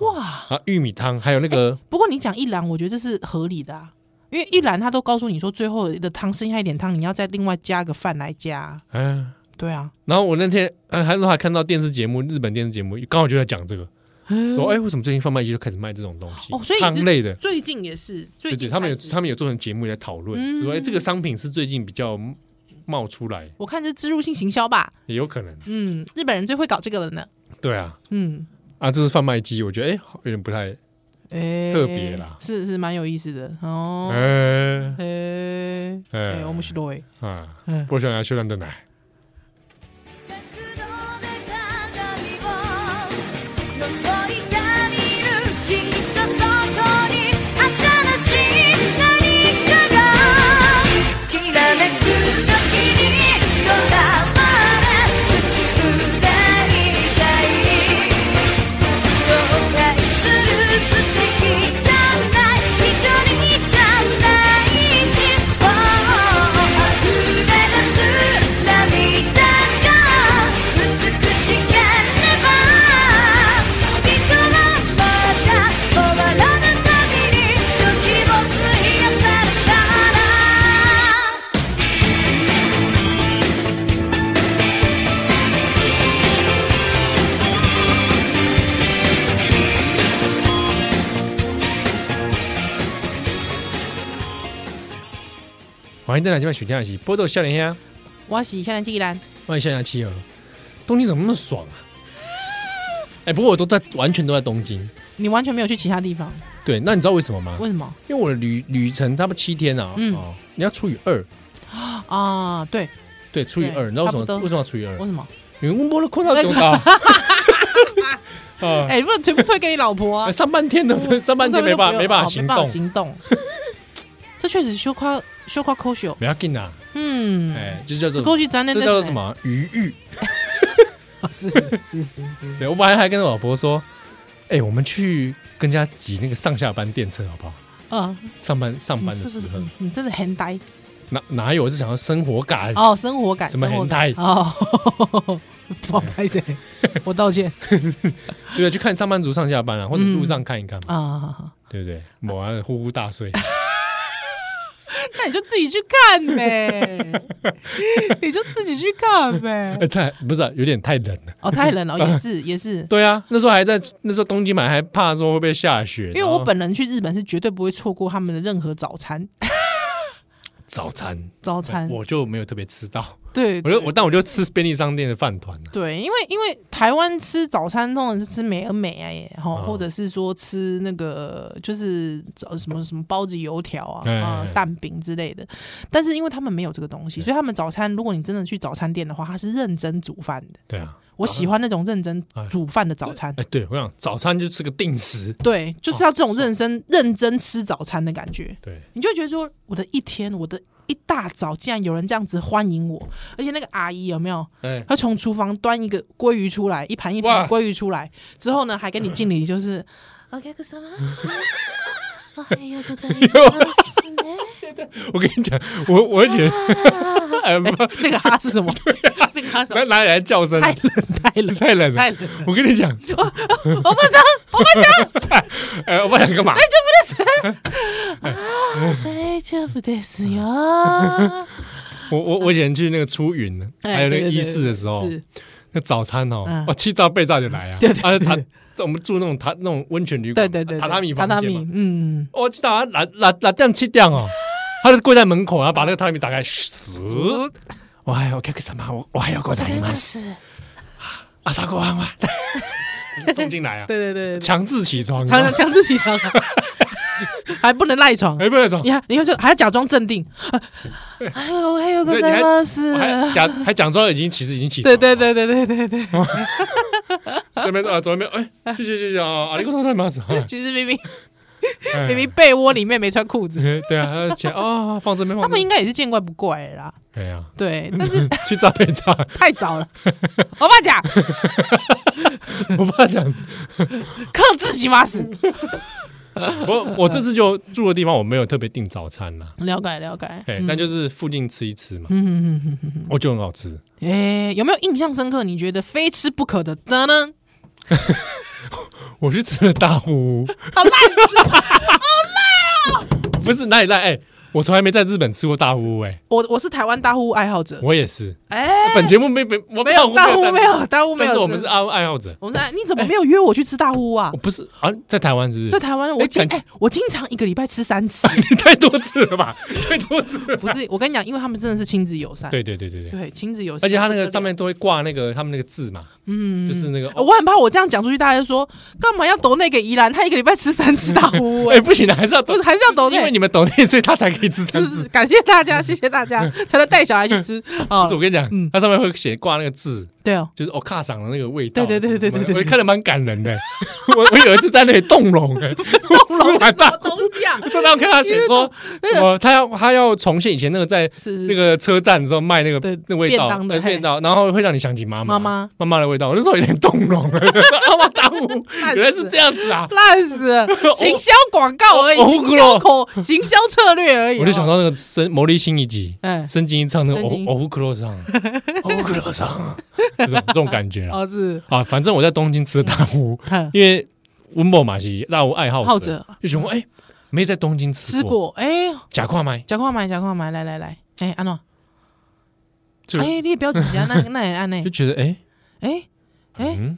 Speaker 3: 哇！
Speaker 2: 啊，玉米汤，还有那个
Speaker 3: 不过你讲一兰，我觉得这是合理的啊，因为一兰他都告诉你说，最后的汤剩下一点汤，你要再另外加个饭来加。
Speaker 2: 哎，
Speaker 3: 对啊，
Speaker 2: 然后我那天啊还还看到电视节目，日本电视节目刚好就在讲这个，说哎，为什么最近贩卖机就开始卖这种东西
Speaker 3: 哦所以，
Speaker 2: 汤
Speaker 3: 是
Speaker 2: 类的。
Speaker 3: 最近也是，
Speaker 2: 对
Speaker 3: 最
Speaker 2: 对，
Speaker 3: 近
Speaker 2: 他们有
Speaker 3: 开始
Speaker 2: 他们有做成节目来讨论，
Speaker 3: 嗯
Speaker 2: 就说哎，这个商品是最近比较冒出来，
Speaker 3: 我看这植入性行销吧，
Speaker 2: 也有可能。
Speaker 3: 嗯，日本人最会搞这个了呢，
Speaker 2: 对啊，
Speaker 3: 嗯，
Speaker 2: 啊，这是贩卖机，我觉得哎，好有点不太，
Speaker 3: 哎
Speaker 2: 特别啦
Speaker 3: 是是蛮有意思的哦，
Speaker 2: 哎
Speaker 3: 哎哎，我们是罗
Speaker 2: 啊
Speaker 3: 嗯，
Speaker 2: 波想要修炼的奶。
Speaker 1: 角度で鏡を覗いてみるきっとそこに新しい何かがきらめく時にとらわれ土踏んでいたい紹介する素敵じゃない一人じゃない希望溢れ出す涙が美しければ人はまだ終わらぬ旅に時を費やせるから
Speaker 2: 欢迎再来这边许天下期，波豆笑脸呀，
Speaker 3: 我是夏兰季兰，
Speaker 2: 欢迎笑下妻儿。东京怎么那么爽啊？哎、不过我都在，完全都在东京。
Speaker 3: 你完全没有去其他地方，
Speaker 2: 对，那你知道为什么吗？
Speaker 3: 为什么
Speaker 2: 因为我的旅旅程差不多七天啊，
Speaker 3: 嗯
Speaker 2: 哦，你要除以二，
Speaker 3: 啊？对，
Speaker 2: 对，除以
Speaker 3: 对
Speaker 2: 二，你知道为什
Speaker 3: 差不多
Speaker 2: 么？为什么要除以二
Speaker 3: 为？什么？
Speaker 2: 你问波的困到多 高？啊，
Speaker 3: 哎，不能全部推给你老婆啊
Speaker 2: 哎，上半天的上半天没办法，没办法
Speaker 3: 哦
Speaker 2: 行
Speaker 3: 没办
Speaker 2: 动
Speaker 3: 法，行动。这确实羞夸羞夸抠秀，
Speaker 2: 不要紧啊，
Speaker 3: 嗯，
Speaker 2: 哎，就叫做
Speaker 3: 抠秀咱那
Speaker 2: 这叫做什？么余 欲？
Speaker 3: 哦是是是是，
Speaker 2: 对我本来还跟我老婆说，哎、我们去跟人家挤那个上下班电车好不好？
Speaker 3: 嗯，
Speaker 2: 上班上班
Speaker 3: 你
Speaker 2: 的
Speaker 3: 嗯这是
Speaker 2: 时候，
Speaker 3: 你你真的很呆
Speaker 2: 哪哪有是想要生活感？
Speaker 3: 哦，生活感，
Speaker 2: 什么
Speaker 3: 生活
Speaker 2: 很
Speaker 3: 感
Speaker 2: 呆
Speaker 3: 哦，不好意思，我道歉
Speaker 2: 对不对？去看上班族上下班啊，或
Speaker 3: 嗯
Speaker 2: 者路上看一看嘛，
Speaker 3: 啊。
Speaker 2: 对不对？某啊呼呼大睡，
Speaker 3: 那你就自己去看呗，你就自己去看呗
Speaker 2: 哎。太不是啊、有点太冷了。
Speaker 3: 哦，太 冷了，也是也是，
Speaker 2: 对啊，那时候还在那时候东京买，还怕说会不会下雪。
Speaker 3: 因为
Speaker 2: 然后
Speaker 3: 我本人去日本是绝对不会错过他们的任何早餐，
Speaker 2: 早餐
Speaker 3: 早餐
Speaker 2: 我就没有特别吃到，
Speaker 3: 嗯对
Speaker 2: 我就我但我就吃便利商店的饭团啊
Speaker 3: 对，因为因为台湾吃早餐通常是吃美而美啊耶，吼，
Speaker 2: 嗯
Speaker 3: 或者是说吃那个就是早什么什么包子、油条啊、
Speaker 2: 哎
Speaker 3: 啊
Speaker 2: 哎哎
Speaker 3: 蛋饼之类的。但是因为他们没有这个东西，所以他们早餐如果你真的去早餐店的话，他是认真煮饭的。
Speaker 2: 对啊，
Speaker 3: 我喜欢那种认真
Speaker 2: 哎
Speaker 3: 煮饭的早餐。
Speaker 2: 哎，对我哦想早餐就吃个定时，
Speaker 3: 对，就是要这种认真、认真吃早餐的感觉，
Speaker 2: 对，
Speaker 3: 你就会觉得说，我的一天，我的一大早，竟然有人这样子欢迎我，而且那个阿姨有没有？
Speaker 2: 哎，
Speaker 3: 他从厨房端一个鲑鱼出来，一盘一盘
Speaker 2: 哇
Speaker 3: 鲑鱼出来之后呢，还跟你敬 礼，就是
Speaker 1: お客様おはようございます ね
Speaker 2: 我跟你讲，我我以 前哎不
Speaker 3: 那个哈是什么？
Speaker 2: 啊
Speaker 3: 那个哈是什
Speaker 2: 哪
Speaker 3: 么
Speaker 2: 哪里来叫声啊？
Speaker 3: 太冷太冷
Speaker 2: 太冷
Speaker 3: 太
Speaker 2: 了
Speaker 3: 冷了！
Speaker 2: 我跟你讲，
Speaker 3: 我不知道，
Speaker 2: 呃，我想干
Speaker 3: 哎
Speaker 2: 嘛？
Speaker 3: 对，哎这不对是 哟。
Speaker 2: 我我我以前去那个出云，
Speaker 3: 哎
Speaker 2: 还有那
Speaker 3: 对
Speaker 2: 个
Speaker 3: 对对
Speaker 2: 仪式的时候，
Speaker 3: 是
Speaker 2: 那早餐哦
Speaker 3: 嗯，
Speaker 2: 哦，七早八早就来啊，
Speaker 3: 对对
Speaker 2: 啊，他我们住那种榻那种温泉旅
Speaker 3: 对
Speaker 2: 馆，
Speaker 3: 对对，对
Speaker 2: 榻榻米
Speaker 3: 榻
Speaker 2: 房
Speaker 3: 榻
Speaker 2: 间嘛
Speaker 3: 米，，嗯，
Speaker 2: 我知道啊，哪哪哪点七点哦，他就跪在门口，然后把那个榻榻米打开，嘘，我还要看个什么，我我还要过来
Speaker 1: おはようござい
Speaker 2: 吗啊
Speaker 1: ま？す
Speaker 2: 阿萨国王 吗？ 就送进来啊，
Speaker 3: 对对对，对
Speaker 2: 强制起床，
Speaker 3: 常常强制 起床，啊还不能 赖床。
Speaker 2: 哎，不要走
Speaker 3: 你，还你还说还要假装镇定，哎呦哎呦，ご
Speaker 2: 对你
Speaker 3: ざ
Speaker 2: 还
Speaker 3: います。
Speaker 2: 我还假还假装已经其实已经起床
Speaker 3: 对
Speaker 2: 了，
Speaker 3: 对对对对对对，
Speaker 2: 这边啊，左边 哎，谢谢谢谢啊，阿里哥上上马上，
Speaker 3: 其实明明
Speaker 2: 哎
Speaker 3: 明明被窝里面没穿裤子，
Speaker 2: 对啊，他就起来啊，放这边，放
Speaker 3: 他
Speaker 2: 这
Speaker 3: 们
Speaker 2: 边
Speaker 3: 应该也是见怪不怪了啦。
Speaker 2: 哎呀，
Speaker 3: 对，但是
Speaker 2: 去诈骗诈，
Speaker 3: 太早了。我爸讲
Speaker 2: 我爸讲，
Speaker 3: 克制洗马死，
Speaker 2: 我我这次就住的地方我没有特别订早餐啦，
Speaker 3: 了解了解。
Speaker 2: 哎，但就是附近吃一吃嘛，
Speaker 3: 嗯嗯嗯嗯
Speaker 2: 我觉得很好吃，
Speaker 3: 嗯，哎，有没有印象深刻？你觉得非吃不可的？噔噔，
Speaker 2: 我去吃了大户，
Speaker 3: 好哦烂！哦
Speaker 2: 不是哪里烂，哎，我从来没在日本吃过大户，哎，
Speaker 3: 我我是台湾大户爱好者，
Speaker 2: 我也是，
Speaker 3: 哎，
Speaker 2: 本节目没没我
Speaker 3: 没有大户没
Speaker 2: 有，
Speaker 3: 有大户没
Speaker 2: 啊但
Speaker 3: 有，
Speaker 2: 是我们是爱爱好者，
Speaker 3: 我们在，你怎么没有约我去吃大户啊
Speaker 2: 我？不是啊，在台湾是不是？
Speaker 3: 在台湾，我
Speaker 2: 哎
Speaker 3: 经
Speaker 2: 讲
Speaker 3: 哎，我经常一个礼拜吃三次。
Speaker 2: 你太多次了吧，太多次了，
Speaker 3: 不是，我跟你讲，因为他们真的是亲子友善，
Speaker 2: 对对对对对。
Speaker 3: 对哦亲子友善，
Speaker 2: 而且他那
Speaker 3: 不得
Speaker 2: 个
Speaker 3: 了
Speaker 2: 上面都会挂那个他们那个字嘛，嗯，就是那个，
Speaker 3: 呃我很怕我这样讲出去，大家就说干嘛要抖那个宜兰？他一个礼拜吃三次大呼
Speaker 2: 哎、
Speaker 3: 哎、
Speaker 2: 不行的，还是要
Speaker 3: 不是还是要 抖内
Speaker 2: 因为你们抖内，所以他才可以吃三
Speaker 3: 是
Speaker 2: 次
Speaker 3: 是。感谢大家，谢谢大家，才能带小孩去 吃啊
Speaker 2: 嗯不是，我跟你讲
Speaker 3: 嗯，
Speaker 2: 它上面会写挂那个字，
Speaker 3: 对哦，
Speaker 2: 就是欧卡赏的那个味道。
Speaker 3: 对对对对对对对
Speaker 2: 我看得蛮感人的。 我我有一次在那里动容， 哎，动
Speaker 3: 龙
Speaker 2: 蛮大
Speaker 3: 什么。东西啊？
Speaker 2: 就然后看他写说，我他要他要重现以前那个在
Speaker 3: 是是
Speaker 2: 那个车站的时候卖那个
Speaker 3: 对
Speaker 2: 那味
Speaker 3: 便
Speaker 2: 道
Speaker 3: 当的
Speaker 2: 呃
Speaker 3: 嘿
Speaker 2: 便当，然后会让你想起妈妈
Speaker 3: 妈妈
Speaker 2: 妈妈的味道。我那时候有点动 容了，啊，我大雾，原来是这样子啊！
Speaker 3: 烂死 了，行销广告而已，
Speaker 2: 我我
Speaker 3: 行销口，行销策略而已。
Speaker 2: 我就想
Speaker 3: 到，
Speaker 2: 到那个森魔力新一集，
Speaker 3: 哎
Speaker 2: 深津一唱那个
Speaker 3: 深
Speaker 2: 哦
Speaker 3: 津
Speaker 2: 哦克罗上，哦克罗上， 这种这种感觉啊
Speaker 3: 儿子
Speaker 2: 啊！反正我在东京吃的大屋，
Speaker 3: 哦哼
Speaker 2: 因为温某马是大屋爱好
Speaker 3: 嗯好
Speaker 2: 者
Speaker 3: 者，
Speaker 2: 就想说哎，没在东京
Speaker 3: 吃
Speaker 2: 吃过，
Speaker 3: 过，哎，
Speaker 2: 假跨麦
Speaker 3: 假矿买，假矿买，来来来，哎，安诺，
Speaker 2: 就
Speaker 3: 哎，你也不要紧张，那那也按呢
Speaker 2: 就，觉得哎
Speaker 3: 哎哎
Speaker 2: 嗯，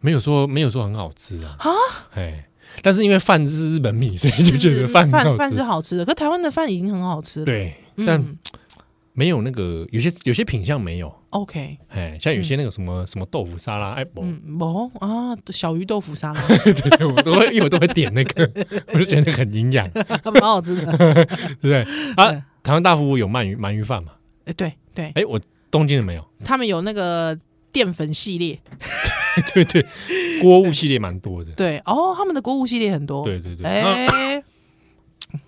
Speaker 2: 没有说没有说很好吃啊
Speaker 3: 啊，
Speaker 2: 哎，但是因为饭是日本米，所以 就觉
Speaker 3: 是
Speaker 2: 得饭很
Speaker 3: 饭
Speaker 2: 好
Speaker 3: 饭是
Speaker 2: 吃，
Speaker 3: 好吃的，可台湾的饭已经很好吃了。
Speaker 2: 对，
Speaker 3: 嗯
Speaker 2: 但没有那个有些有些品相没有。
Speaker 3: OK，
Speaker 2: 哎，像有些那个什么、什么豆腐沙拉，哎，不、
Speaker 3: 嗯，哦啊，小鱼豆腐沙拉
Speaker 2: 对对，我都会，因为我都会点那个， 我就觉得那个很营养，对
Speaker 3: 蛮好吃的。
Speaker 2: 不对？啊，台湾大富屋有鳗鱼鳗鱼饭嘛？
Speaker 3: 哎，对对，
Speaker 2: 哎，我东京的没有，
Speaker 3: 他们有那个淀粉系列，
Speaker 2: 对对，锅物系列蛮多的，
Speaker 3: 对哦，他们的国物系列很多。
Speaker 2: 对，对对，啊
Speaker 3: 哦哎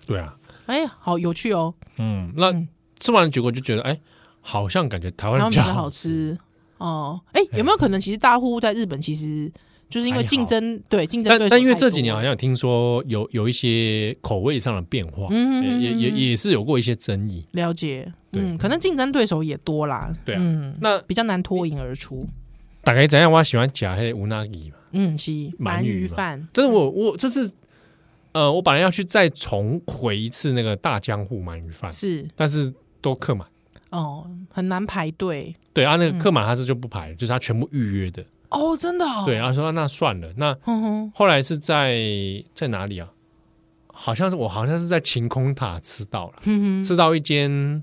Speaker 2: 对啊，
Speaker 3: 哎，好有趣哦，
Speaker 2: 嗯，那
Speaker 3: 嗯
Speaker 2: 吃完结果就觉得，哎，好像感觉台
Speaker 3: 他
Speaker 2: 湾
Speaker 3: 们
Speaker 2: 比
Speaker 3: 比较
Speaker 2: 较
Speaker 3: 好
Speaker 2: 好吃，
Speaker 3: 吃哦。哎，有没有可能其实大户在日本其实就是因为
Speaker 2: 还好
Speaker 3: 竞争，对竞争
Speaker 2: 但
Speaker 3: 对手
Speaker 2: 但因为
Speaker 3: 太多
Speaker 2: 这几年好像有听说有有一些口味上的变化，
Speaker 3: 嗯嗯嗯嗯
Speaker 2: 也也
Speaker 3: 嗯
Speaker 2: 也是有过一些争议。
Speaker 3: 了解，
Speaker 2: 对
Speaker 3: 嗯，可能竞争对手也多啦，
Speaker 2: 对啊
Speaker 3: 嗯，
Speaker 2: 那
Speaker 3: 比较难脱颖而出。
Speaker 2: 大概怎样？我喜欢夹黑乌纳吉嘛，
Speaker 3: 嗯，是
Speaker 2: 鳗
Speaker 3: 鳗
Speaker 2: 鱼
Speaker 3: 鱼
Speaker 2: 嘛
Speaker 3: 饭，
Speaker 2: 但是我我这次呃，我本来要去再重回一次那个大江户鳗鱼饭，
Speaker 3: 是
Speaker 2: 但是都客满。
Speaker 3: 哦，很难排队
Speaker 2: 对啊，那
Speaker 3: 嗯
Speaker 2: 个客满他是就不排，就是他全部预约的。
Speaker 3: 哦，真的、哦，
Speaker 2: 对，，他说啊那算了。那
Speaker 3: 哼哼，
Speaker 2: 后来是在在哪里啊？好像是我好像是在晴空塔吃到了，
Speaker 3: 嗯哼哼，
Speaker 2: 吃到一间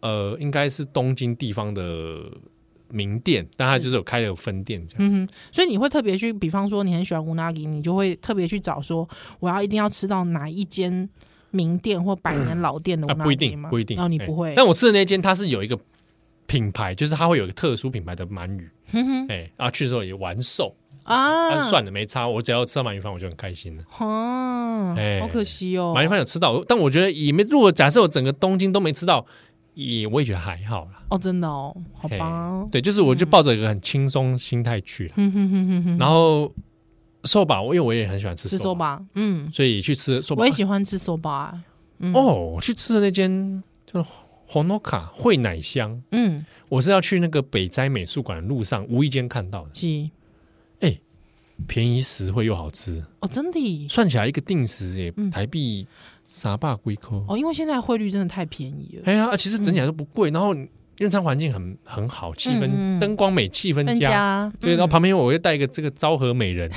Speaker 2: 呃，应该是东京地方的名店，但他就是有开了有分店这样。
Speaker 3: 嗯哼，所以你会特别去，比方说你很喜欢乌拉吉，你就会特别去找说，我要一定要吃到哪一间名店或百年老店的乌
Speaker 2: 啊，
Speaker 3: 拉
Speaker 2: 不一
Speaker 3: 吉
Speaker 2: 定
Speaker 3: 吗？，
Speaker 2: 不一定。
Speaker 3: 哦，你
Speaker 2: 哎
Speaker 3: 不会，
Speaker 2: 但我吃的那间，它是有一个品牌，就是它会有一个特殊品牌的鳗鱼。
Speaker 3: 哼嗯哼
Speaker 2: 哎、啊，去的时候也玩瘦，但
Speaker 3: 啊，
Speaker 2: 是算了，没差。我只要吃到鳗鱼饭，我就很开心了。
Speaker 3: 啊，
Speaker 2: 哎
Speaker 3: 好可惜哦，
Speaker 2: 鳗鱼饭有吃到，但我觉得也没。如果假设我整个东京都没吃到，也我也觉得还好啦。
Speaker 3: 哦，真的哦，好
Speaker 2: 嘿
Speaker 3: 吧，
Speaker 2: 对，就是我就抱着一个很轻松心态去了。
Speaker 3: 哼哼哼哼哼，
Speaker 2: 然后寿吧，我因为我也很喜欢吃
Speaker 3: 嗯吃
Speaker 2: 寿
Speaker 3: 寿
Speaker 2: 吧，
Speaker 3: 吧，嗯，
Speaker 2: 所以去吃寿吧。
Speaker 3: 我也喜欢吃寿吧，嗯，
Speaker 2: 哦，我去吃的那间叫红诺卡惠奶香，
Speaker 3: 嗯，
Speaker 2: 我是要去那个北斋美术馆的路上无意间看到的。
Speaker 3: 是，
Speaker 2: 便宜实惠又好吃，
Speaker 3: 哦，真的，
Speaker 2: 算起来一个定时也
Speaker 3: 嗯
Speaker 2: 台币三百龟扣。
Speaker 3: 哦，因为现在汇率真的太便宜了，
Speaker 2: 哎呀，其实整体来说不贵，然后用餐环境很很好，气
Speaker 3: 嗯
Speaker 2: 氛
Speaker 3: 嗯
Speaker 2: 灯光美，气氛
Speaker 3: 人
Speaker 2: 佳。
Speaker 3: 家
Speaker 2: 对，然后旁边我又带一个这个昭和美 人，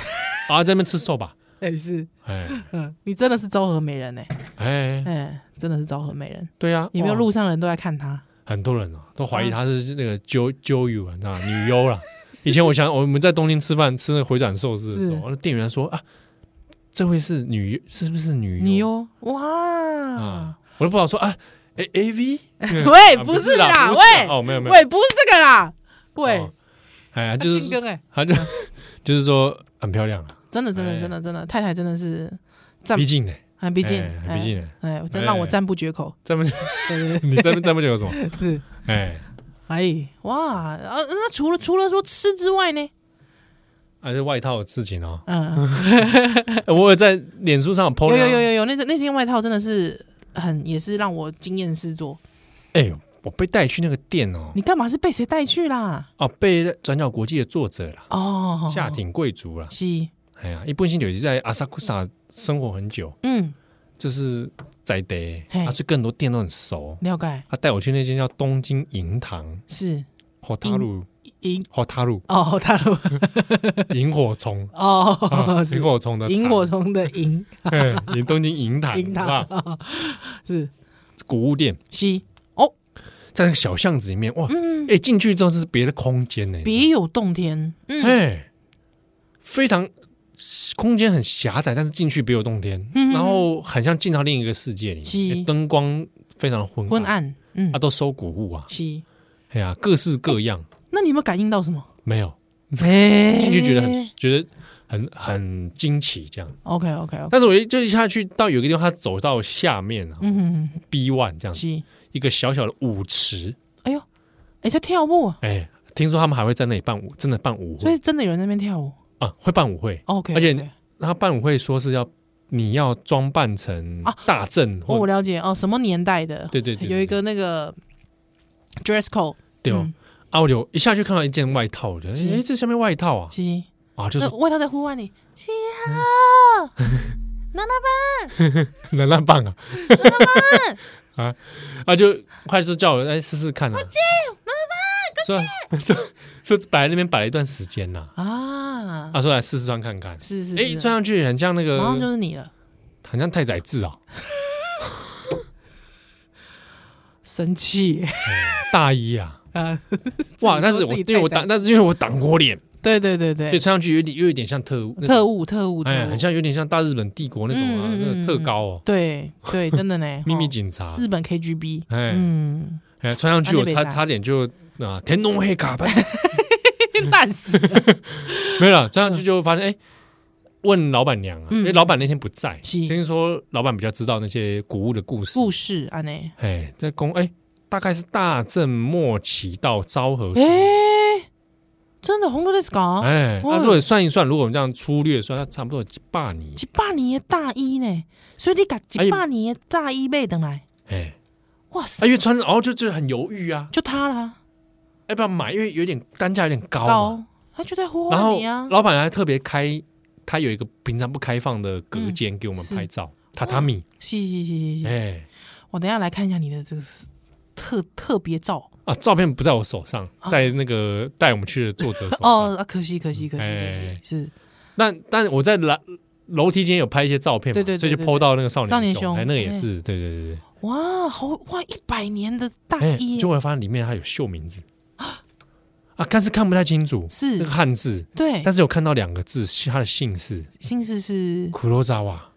Speaker 2: 啊，在那边吃寿吧。
Speaker 3: 哎是，
Speaker 2: 哎
Speaker 3: 嗯，你真的是昭和美人哎，
Speaker 2: 哎，
Speaker 3: 哎，真的是昭和美人，
Speaker 2: 对啊，
Speaker 3: 有没有嗯
Speaker 2: 哇
Speaker 3: 路上人都在看他？
Speaker 2: 很多人哦，都怀疑她是那个 Jo Jo y 啊，你知道吗？女优啦。以前我想我们在东京吃饭吃那个回转寿司的时
Speaker 3: 是
Speaker 2: 候，那店员说啊，这位是女优，是不是女
Speaker 3: 你
Speaker 2: 优
Speaker 3: 哟，哇
Speaker 2: 啊，？我都不好说啊，哎 A V
Speaker 3: 喂，
Speaker 2: 啊
Speaker 3: 哎不是
Speaker 2: 啦，
Speaker 3: 啦，
Speaker 2: 不
Speaker 3: 喂
Speaker 2: 是啦哦，没有没有，
Speaker 3: 喂，不是这个啦，喂
Speaker 2: 哦，哎呀，
Speaker 3: 他
Speaker 2: 就
Speaker 3: 进
Speaker 2: 是
Speaker 3: 更哎，
Speaker 2: 他就 就是说很漂亮啊，
Speaker 3: 真的真的
Speaker 2: 哎
Speaker 3: 真的真的，太太真的是赞
Speaker 2: 毕竟呢，
Speaker 3: 很毕竟
Speaker 2: 哎，
Speaker 3: 哎
Speaker 2: 毕竟呢，
Speaker 3: 哎，真让我
Speaker 2: 哎
Speaker 3: 赞不绝口，
Speaker 2: 咱们
Speaker 3: 对对
Speaker 2: 你咱们咱们有什么？
Speaker 3: 对，是。
Speaker 2: 哎，
Speaker 3: 哎，哇，啊，那除了除了说吃之外呢？
Speaker 2: 还是外套的事情 哦。哎啊
Speaker 3: 嗯，
Speaker 2: 我有在脸书上有 PO
Speaker 3: 有有
Speaker 2: 那
Speaker 3: 有有有，那件那件外套真的是很，也是让我惊艳四座。
Speaker 2: 哎，我被带去那个店哦，
Speaker 3: 你干嘛是被谁带去啦？
Speaker 2: 哦，被转角国际的作者啦，
Speaker 3: 哦，
Speaker 2: 下町贵族啦，
Speaker 3: 是，
Speaker 2: 哎呀，一般性就是在阿萨库萨生活很久，
Speaker 3: 嗯，
Speaker 2: 就是在地，
Speaker 3: 嘿
Speaker 2: 他去更多店都很熟。
Speaker 3: 了解，
Speaker 2: 他带我去那间叫东京银堂，
Speaker 3: 是
Speaker 2: 火塔路，
Speaker 3: 萤
Speaker 2: 火塔路，
Speaker 3: 哦， 大陆
Speaker 2: 萤火虫，
Speaker 3: 哦
Speaker 2: 啊，
Speaker 3: 是
Speaker 2: 萤火虫的
Speaker 3: 萤火虫的萤
Speaker 2: 虫， 你东京银塔，
Speaker 3: 银
Speaker 2: 好
Speaker 3: 塔
Speaker 2: 不好，
Speaker 3: 是
Speaker 2: 古物店
Speaker 3: 西，
Speaker 2: 在那个小巷子里面，哇，
Speaker 3: 嗯，
Speaker 2: 哎，进去之后这是别的空间呢，
Speaker 3: 别有洞天，嗯
Speaker 2: 哎，非常空间很狭窄，但是进去别有洞天，
Speaker 3: 嗯
Speaker 2: 然后很像进到另一个世界里
Speaker 3: 是
Speaker 2: 面，哎灯光非常昏
Speaker 3: 昏
Speaker 2: 暗，
Speaker 3: 暗，嗯
Speaker 2: 啊，都收古物啊，
Speaker 3: 西，
Speaker 2: 哎呀，各式各样，
Speaker 3: 那你有没有感应到什么？
Speaker 2: 没有
Speaker 3: 哎
Speaker 2: 进去觉得很觉得很很惊奇这样。
Speaker 3: OK OK OK，
Speaker 2: 但是我一就一下去到有一个地方，它走到下面啊
Speaker 3: 嗯哼哼
Speaker 2: ，B one 这
Speaker 3: 哼，
Speaker 2: 样子
Speaker 3: 西，
Speaker 2: 一个小小的舞池，
Speaker 3: 哎呦，哎在跳舞啊。
Speaker 2: 哎，听说他们还会在那里办舞，真的办舞
Speaker 3: 所
Speaker 2: 会
Speaker 3: 以真的有人在那边跳舞。
Speaker 2: 啊，会办舞会。
Speaker 3: OK，
Speaker 2: 而且他办舞会说是要你要装扮成
Speaker 3: 啊
Speaker 2: 大正
Speaker 3: 哦，我
Speaker 2: 或
Speaker 3: 了解哦，什么年代的？
Speaker 2: 对对对对
Speaker 3: 有一个那个 dress code，
Speaker 2: 对哦
Speaker 3: 嗯，
Speaker 2: 啊，我就一下就看到一件外套，我觉得
Speaker 3: 是
Speaker 2: 哎，这下面外套啊
Speaker 3: 是，
Speaker 2: 啊，就是
Speaker 3: 那外套在呼唤你，七号，娜娜
Speaker 2: 能浪棒啊， 啊啊！就快速叫我来试试看啊！是啊， 说说摆在那边摆了一段时间呐，
Speaker 3: 吧啊，
Speaker 2: 啊，说来试试穿看看。
Speaker 3: 是是
Speaker 2: 哎，
Speaker 3: 是，
Speaker 2: 穿上去很像那个
Speaker 3: 马，上就是你了，
Speaker 2: 很像太宰治啊，
Speaker 3: 生气
Speaker 2: 大衣啊，
Speaker 3: 啊！
Speaker 2: 哇！但是
Speaker 3: 自
Speaker 2: 我
Speaker 3: 己
Speaker 2: 因
Speaker 3: 太
Speaker 2: 为我
Speaker 3: 宰
Speaker 2: 挡，但是因为我挡过脸，
Speaker 3: 对对对
Speaker 2: 所以
Speaker 3: 对，
Speaker 2: 穿上去有点又有点像特务，那种
Speaker 3: 特，务特务特
Speaker 2: 哎，
Speaker 3: 务
Speaker 2: 很，像有点像大日本帝国那种啊，那
Speaker 3: 嗯嗯
Speaker 2: 个
Speaker 3: 嗯
Speaker 2: 特高哦，，
Speaker 3: 对对，真的呢
Speaker 2: 秘密警察
Speaker 3: 哦，日，本 KGB，
Speaker 2: 哎
Speaker 3: 嗯，
Speaker 2: 哎，穿上去我
Speaker 3: 啊那
Speaker 2: 差
Speaker 3: 边啥
Speaker 2: 差点就啊，天龙黑卡，
Speaker 3: 烂死了，
Speaker 2: 没 有了，穿上去就发现，哎、问老板娘啊，
Speaker 3: 嗯
Speaker 2: 因为老板那天不在，
Speaker 3: 是
Speaker 2: 听说老板比较知道那些古物的故事。
Speaker 3: 故事啊 呢，
Speaker 2: 哎，在公哎，大概是大正末期到昭和初。
Speaker 3: 哎，真的红绿灯是搞。
Speaker 2: 哎，那、
Speaker 3: 哦
Speaker 2: 如果算一算，如果我们这样粗略算，它差不多有几百年。
Speaker 3: 一百年的大衣呢，所以你把一百年的大衣买回来，
Speaker 2: 哎，
Speaker 3: 哇
Speaker 2: 啊、
Speaker 3: 塞，
Speaker 2: 因为穿，然后就就很犹豫啊，
Speaker 3: 就他啦，
Speaker 2: 要不要买？因为有点单价有点高嘛。
Speaker 3: 高，他就在呼
Speaker 2: 啊然
Speaker 3: 唤
Speaker 2: 后
Speaker 3: 你啊，
Speaker 2: 老板还特别开它有一个平常不开放的隔间给我们
Speaker 3: 嗯是
Speaker 2: 拍照，榻榻米，
Speaker 3: 是是是是是，
Speaker 2: 哎
Speaker 3: 我等一下来看一下你的这个特特别照
Speaker 2: 啊，照片不在我手上，在那个带我们去的作者手上。
Speaker 3: 啊哦，啊，可惜可惜可惜
Speaker 2: 哎
Speaker 3: 可惜，是
Speaker 2: 那但我在楼楼梯间有拍一些照片嘛，
Speaker 3: 对对对
Speaker 2: 所以就
Speaker 3: 对
Speaker 2: PO 到那个少
Speaker 3: 少
Speaker 2: 年
Speaker 3: 年
Speaker 2: 兄，
Speaker 3: 兄
Speaker 2: 哎，那个也
Speaker 3: 哎
Speaker 2: 是，对对对对。
Speaker 3: 哇，好哇，一百年的大
Speaker 2: 哎、
Speaker 3: 衣，
Speaker 2: 就会发现里面它有绣名字啊，但是看不太清楚
Speaker 3: 是哎
Speaker 2: 那个汉字，
Speaker 3: 对，
Speaker 2: 但是有看到两个字，是他的姓氏
Speaker 3: 姓氏是
Speaker 2: 苦罗扎瓦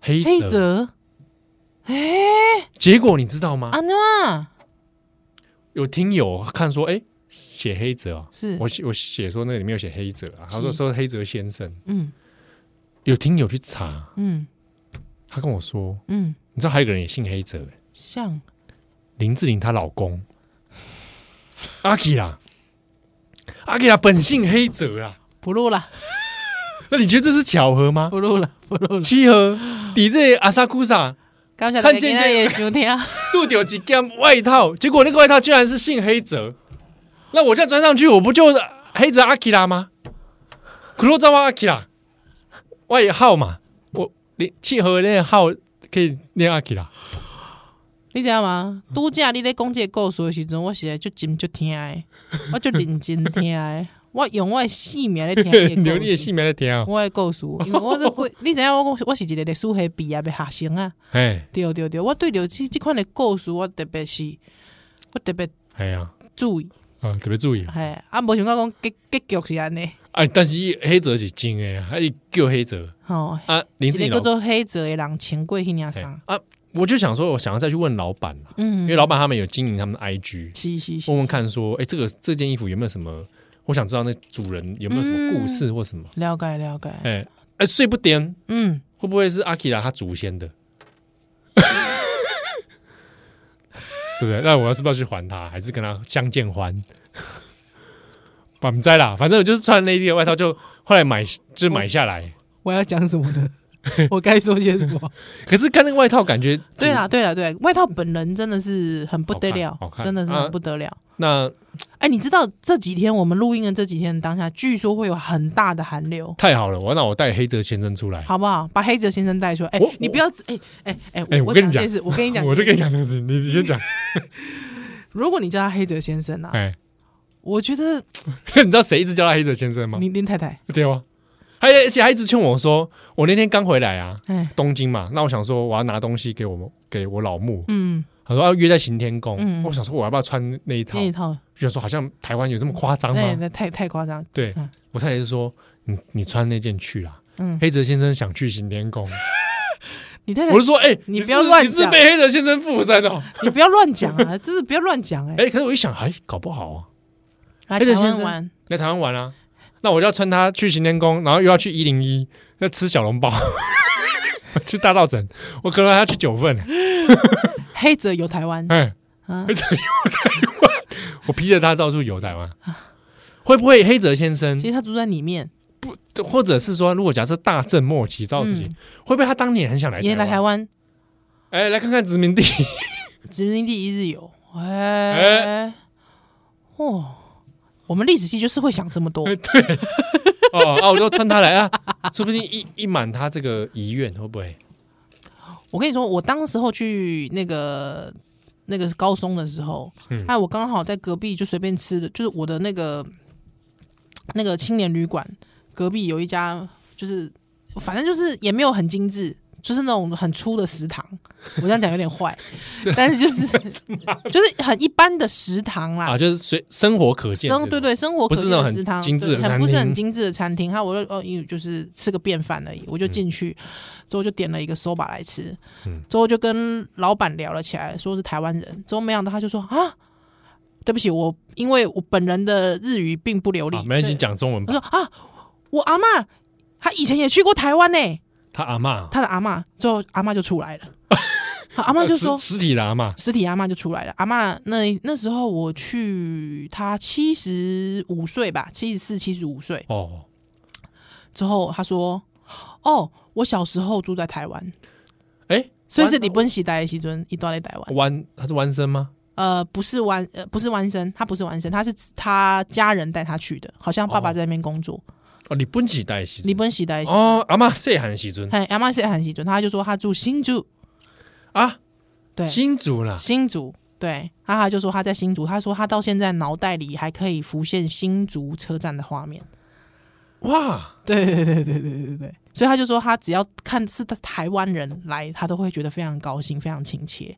Speaker 2: 黑
Speaker 3: 黑
Speaker 2: 泽。
Speaker 3: 泽，哎，
Speaker 2: 结果你知道吗？
Speaker 3: 阿诺啊，
Speaker 2: 有听友看说，哎、写黑泽啊，
Speaker 3: 是
Speaker 2: 我写我写说那个里面有写黑泽啊，他说
Speaker 3: 是
Speaker 2: 说黑泽先生。
Speaker 3: 嗯
Speaker 2: 有听友去查，
Speaker 3: 嗯
Speaker 2: 他跟我说，
Speaker 3: 嗯，
Speaker 2: 你知道还有一个人也姓黑泽、哎
Speaker 3: 像
Speaker 2: 林志玲她老公 阿基拉，阿基拉本姓黑泽啊，
Speaker 3: 不录了
Speaker 2: 那你觉得这是巧合吗？
Speaker 3: 不录了不录了，
Speaker 2: 七和抵这阿萨库萨
Speaker 3: 刚才
Speaker 2: 看见
Speaker 3: 大家也想听，啊
Speaker 2: 度掉几件外套，结果那个外套居然是姓黑泽，那我这样穿上去，我不就是黑泽阿基拉吗？苦洛扎瓦阿基拉外号嘛，我连契合那个号可以念阿基拉，
Speaker 3: 你知道吗？度假你咧讲这个故事的时阵，我实在就真就听的，我就认真听 的，我用我的性命咧 听这
Speaker 2: 留你的
Speaker 3: 个故
Speaker 2: 姓
Speaker 3: 事。
Speaker 2: 名来听啊！
Speaker 3: 我的故事， 因为我是我，你知影我我是一个历史系毕业的学生啊，
Speaker 2: 哎
Speaker 3: 对对对，我对着这这款的故事，我特别是，我特别
Speaker 2: 哎呀
Speaker 3: 注意，
Speaker 2: 啊，特别注意啊！
Speaker 3: 嘿，啊，无想到讲结结局是安尼，
Speaker 2: 哎，但是他黑泽是真的啊，他他叫黑泽
Speaker 3: 吼、
Speaker 2: 啊，林志
Speaker 3: 一
Speaker 2: 玲
Speaker 3: 个叫
Speaker 2: 老公
Speaker 3: 做黑泽的人穿过迄领
Speaker 2: 哎
Speaker 3: 衫，
Speaker 2: 啊，我就想说，我想要再去问老板啦，因
Speaker 3: 嗯
Speaker 2: 为，老板他们有经营他们的 IG，
Speaker 3: 是是是
Speaker 2: 问，问看说，哎、这个这件衣服有没有什么？我想知道那主人有没有什么故
Speaker 3: 嗯
Speaker 2: 事或什么？
Speaker 3: 了解了解，
Speaker 2: 哎、哎、睡不颠
Speaker 3: 嗯，
Speaker 2: 会不会是阿基拉他祖先的？ 对不对？那我要是不是要去还他，还是跟他相见欢？我们在啦，反正我就是穿那一件外套就，后来买就买下来。
Speaker 3: 我要讲什么 呢？我该说些什么？
Speaker 2: 可是看那个外套，感觉
Speaker 3: 对，啦，对啦，对，外套本人真的是很不得了
Speaker 2: 好看好，看
Speaker 3: 真的是
Speaker 2: 啊
Speaker 3: 很不得了。
Speaker 2: 那
Speaker 3: 哎、你知道这几天我们录音的这几天当下，据说会有很大的寒流，
Speaker 2: 太好了，我那我带黑泽先生出来。
Speaker 3: 好不好？把黑泽先生带出来。哎、
Speaker 2: 我
Speaker 3: 你不要只，哎哎哎
Speaker 2: 哎我跟你讲
Speaker 3: 这件事我跟你讲， 嗯
Speaker 2: 我就跟你讲这个事情，你先讲。
Speaker 3: 如果你叫他黑泽先生啊，
Speaker 2: 哎，
Speaker 3: 我觉得
Speaker 2: 你知道谁一直叫他黑泽先生吗？
Speaker 3: 林林太太，
Speaker 2: 对啊，还而且还一直劝我说，我那天刚回来啊，
Speaker 3: 哎，
Speaker 2: 东京嘛，那我想说我要拿东西给我们给我老母，
Speaker 3: 嗯，
Speaker 2: 他说要约在行天宫，
Speaker 3: 嗯
Speaker 2: 我想说我要不要穿那一套
Speaker 3: 那？一套，
Speaker 2: 就说好像台湾有这么夸张
Speaker 3: 那
Speaker 2: 吗？
Speaker 3: 那太太夸张，
Speaker 2: 对
Speaker 3: 嗯
Speaker 2: 我太太就说你你穿那件去啦。
Speaker 3: 嗯，
Speaker 2: 黑泽先生想去行天 宫，
Speaker 3: 你太
Speaker 2: 我
Speaker 3: 太
Speaker 2: 就，说：“哎、
Speaker 3: 你
Speaker 2: 是
Speaker 3: 不要乱
Speaker 2: 你是
Speaker 3: 讲
Speaker 2: 被黑泽先生附身哦。
Speaker 3: 你不要乱讲 啊，真的不要乱讲哎、
Speaker 2: 哎，可是我一想，哎，搞不好啊，
Speaker 3: 来
Speaker 2: 黑泽
Speaker 3: 台
Speaker 2: 先
Speaker 3: 湾
Speaker 2: 生
Speaker 3: 玩，
Speaker 2: 来台湾玩啊，那我就要穿他去行天宫，然后又要去一零一，要吃小笼包， 去大道城，我可能还要去九份。
Speaker 3: 黑泽游台湾
Speaker 2: 哎，
Speaker 3: 啊，
Speaker 2: 我逼着他到处游台湾，会不会黑泽先生
Speaker 3: 啊其，实他住在里面，
Speaker 2: 或者是说，如果假设大正末期这事情，会不会他当年很想来
Speaker 3: 也嗯来台
Speaker 2: 台湾？
Speaker 3: 湾
Speaker 2: 哎，来看看殖 民地，
Speaker 3: 殖民地一日游，哎、哦，我们历史系就是会想这么
Speaker 2: 哎
Speaker 3: 多，
Speaker 2: 哦，啊，我就穿他来啊，说不定一一满他这个遗愿，会不会？
Speaker 3: 我跟你说，我当时候去那个那个高松的时候，
Speaker 2: 嗯
Speaker 3: 哎，我刚好在隔壁就随便吃的，就是我的那个那个青年旅馆隔壁有一家，就是反正就是也没有很精致。就是那种很粗的食堂，我这样讲有点坏，但是就是就是很一般的食堂啦，
Speaker 2: 啊，就是随生活可见，
Speaker 3: 生对对生活
Speaker 2: 不
Speaker 3: 可
Speaker 2: 是
Speaker 3: 见
Speaker 2: 那种
Speaker 3: 的
Speaker 2: 很
Speaker 3: 食堂，
Speaker 2: 精致的
Speaker 3: 对
Speaker 2: 餐
Speaker 3: 很不是很
Speaker 2: 厅
Speaker 3: 精致的餐厅。哈，我就哦，因为就是吃个便饭而已，我就进去，之后就点了一个 soba 来吃，
Speaker 2: 嗯
Speaker 3: 之后就跟老板聊了起来，说是台湾人，之后没想到他就说啊，对不起，我因为我本人的日语并不流利，
Speaker 2: 啊，没关系，
Speaker 3: 对
Speaker 2: 讲中文
Speaker 3: 我
Speaker 2: 吧
Speaker 3: 说。啊，我阿妈她以前也去过台湾呢、
Speaker 2: 他阿妈，
Speaker 3: 她的阿妈，之后阿妈就出来了，她阿妈就说
Speaker 2: 实实呃体的阿妈，
Speaker 3: 实体阿嬷就出来了。阿嬷那那时候我去，她七十五岁吧，七十四、七十五岁
Speaker 2: 哦，
Speaker 3: 之后，她说：“哦，我小时候住在台湾，
Speaker 2: 哎，
Speaker 3: 所以是李奔喜待的时尊一段在台湾。
Speaker 2: 弯，他是弯身吗？
Speaker 3: 呃，不是弯，呃，不是弯生，她不是弯生，她是她家人带她去的，好像爸爸在那边工作。
Speaker 2: 哦，日本时代的时阵，
Speaker 3: 日本时代的时候，
Speaker 2: 哦，阿妈细汉的时阵
Speaker 3: 哎，阿妈是很喜欢，他就说他住新竹，
Speaker 2: 啊，
Speaker 3: 对，
Speaker 2: 新竹啦，
Speaker 3: 新竹，对，哈哈就说他在新竹，他说他到现在脑袋里还可以浮现新竹车站的画面。
Speaker 2: 哇，
Speaker 3: 对对对对对对对对，所以他就说他只要看是台湾人来，他都会觉得非常高兴，非常亲切。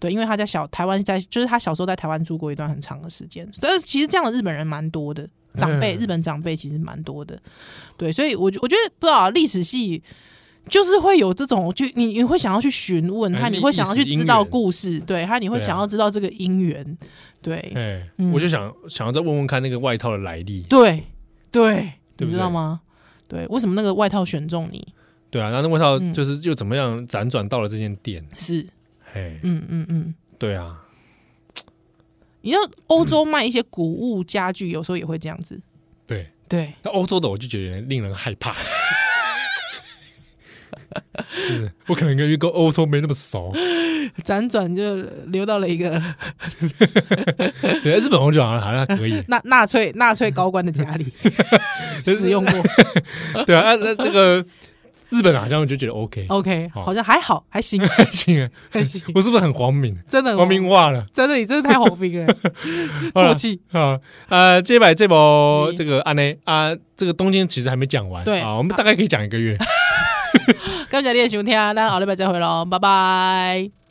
Speaker 3: 对，因为他在小台湾在，就是他小时候在台湾住过一段很长的时间，但是其实这样的日本人蛮多的，长辈、
Speaker 2: 嗯
Speaker 3: 日本长辈其实蛮多的。对，所以我觉我觉得不知道啊历史系。就是会有这种，就你你会想要去询问，
Speaker 2: 哎
Speaker 3: 他你
Speaker 2: 历
Speaker 3: 会想要去
Speaker 2: 历史因
Speaker 3: 知道
Speaker 2: 缘
Speaker 3: 故事，对，他你会
Speaker 2: 对啊
Speaker 3: 想要知道这个因缘，对，
Speaker 2: 哎
Speaker 3: 嗯，
Speaker 2: 我就想想要再问问看那个外套的来历，
Speaker 3: 对对，
Speaker 2: 对
Speaker 3: 你
Speaker 2: 不
Speaker 3: 知道
Speaker 2: 对
Speaker 3: 吗？对，为什么那个外套选中你？
Speaker 2: 对啊，然后那外套
Speaker 3: 嗯
Speaker 2: 就是又怎么样辗转到了这间店，
Speaker 3: 是，
Speaker 2: 嘿，
Speaker 3: 嗯嗯嗯。
Speaker 2: 对啊，
Speaker 3: 你知道欧洲卖一些古物家具，有时候也会这样子。
Speaker 2: 对，
Speaker 3: 对，
Speaker 2: 那欧洲的我就觉得令人害怕。 真的，我可能跟跟欧洲没那么熟，
Speaker 3: 辗转就流到了一个
Speaker 2: 对，日本我就好像好像可以，
Speaker 3: 纳纳粹纳粹高官的家里
Speaker 2: 就是
Speaker 3: 使用过。
Speaker 2: 对啊，啊那那个日本好像我就觉得 OK，
Speaker 3: OK，
Speaker 2: 好
Speaker 3: 好像还好，还行，
Speaker 2: 行啊，
Speaker 3: 还行。
Speaker 2: 我是不是很黄敏？
Speaker 3: 真的很
Speaker 2: 黄敏化了，
Speaker 3: 真的你真的太好兵了，
Speaker 2: 好了
Speaker 3: 哎过气。
Speaker 2: 啊，呃，这把这波
Speaker 3: 嗯
Speaker 2: 这个案呢啊，这个东京其实还没讲完，
Speaker 3: 对
Speaker 2: 啊，我们大概可以讲一个月。
Speaker 3: 刚才你也喜欢听啊，那下礼拜再会喽，拜拜。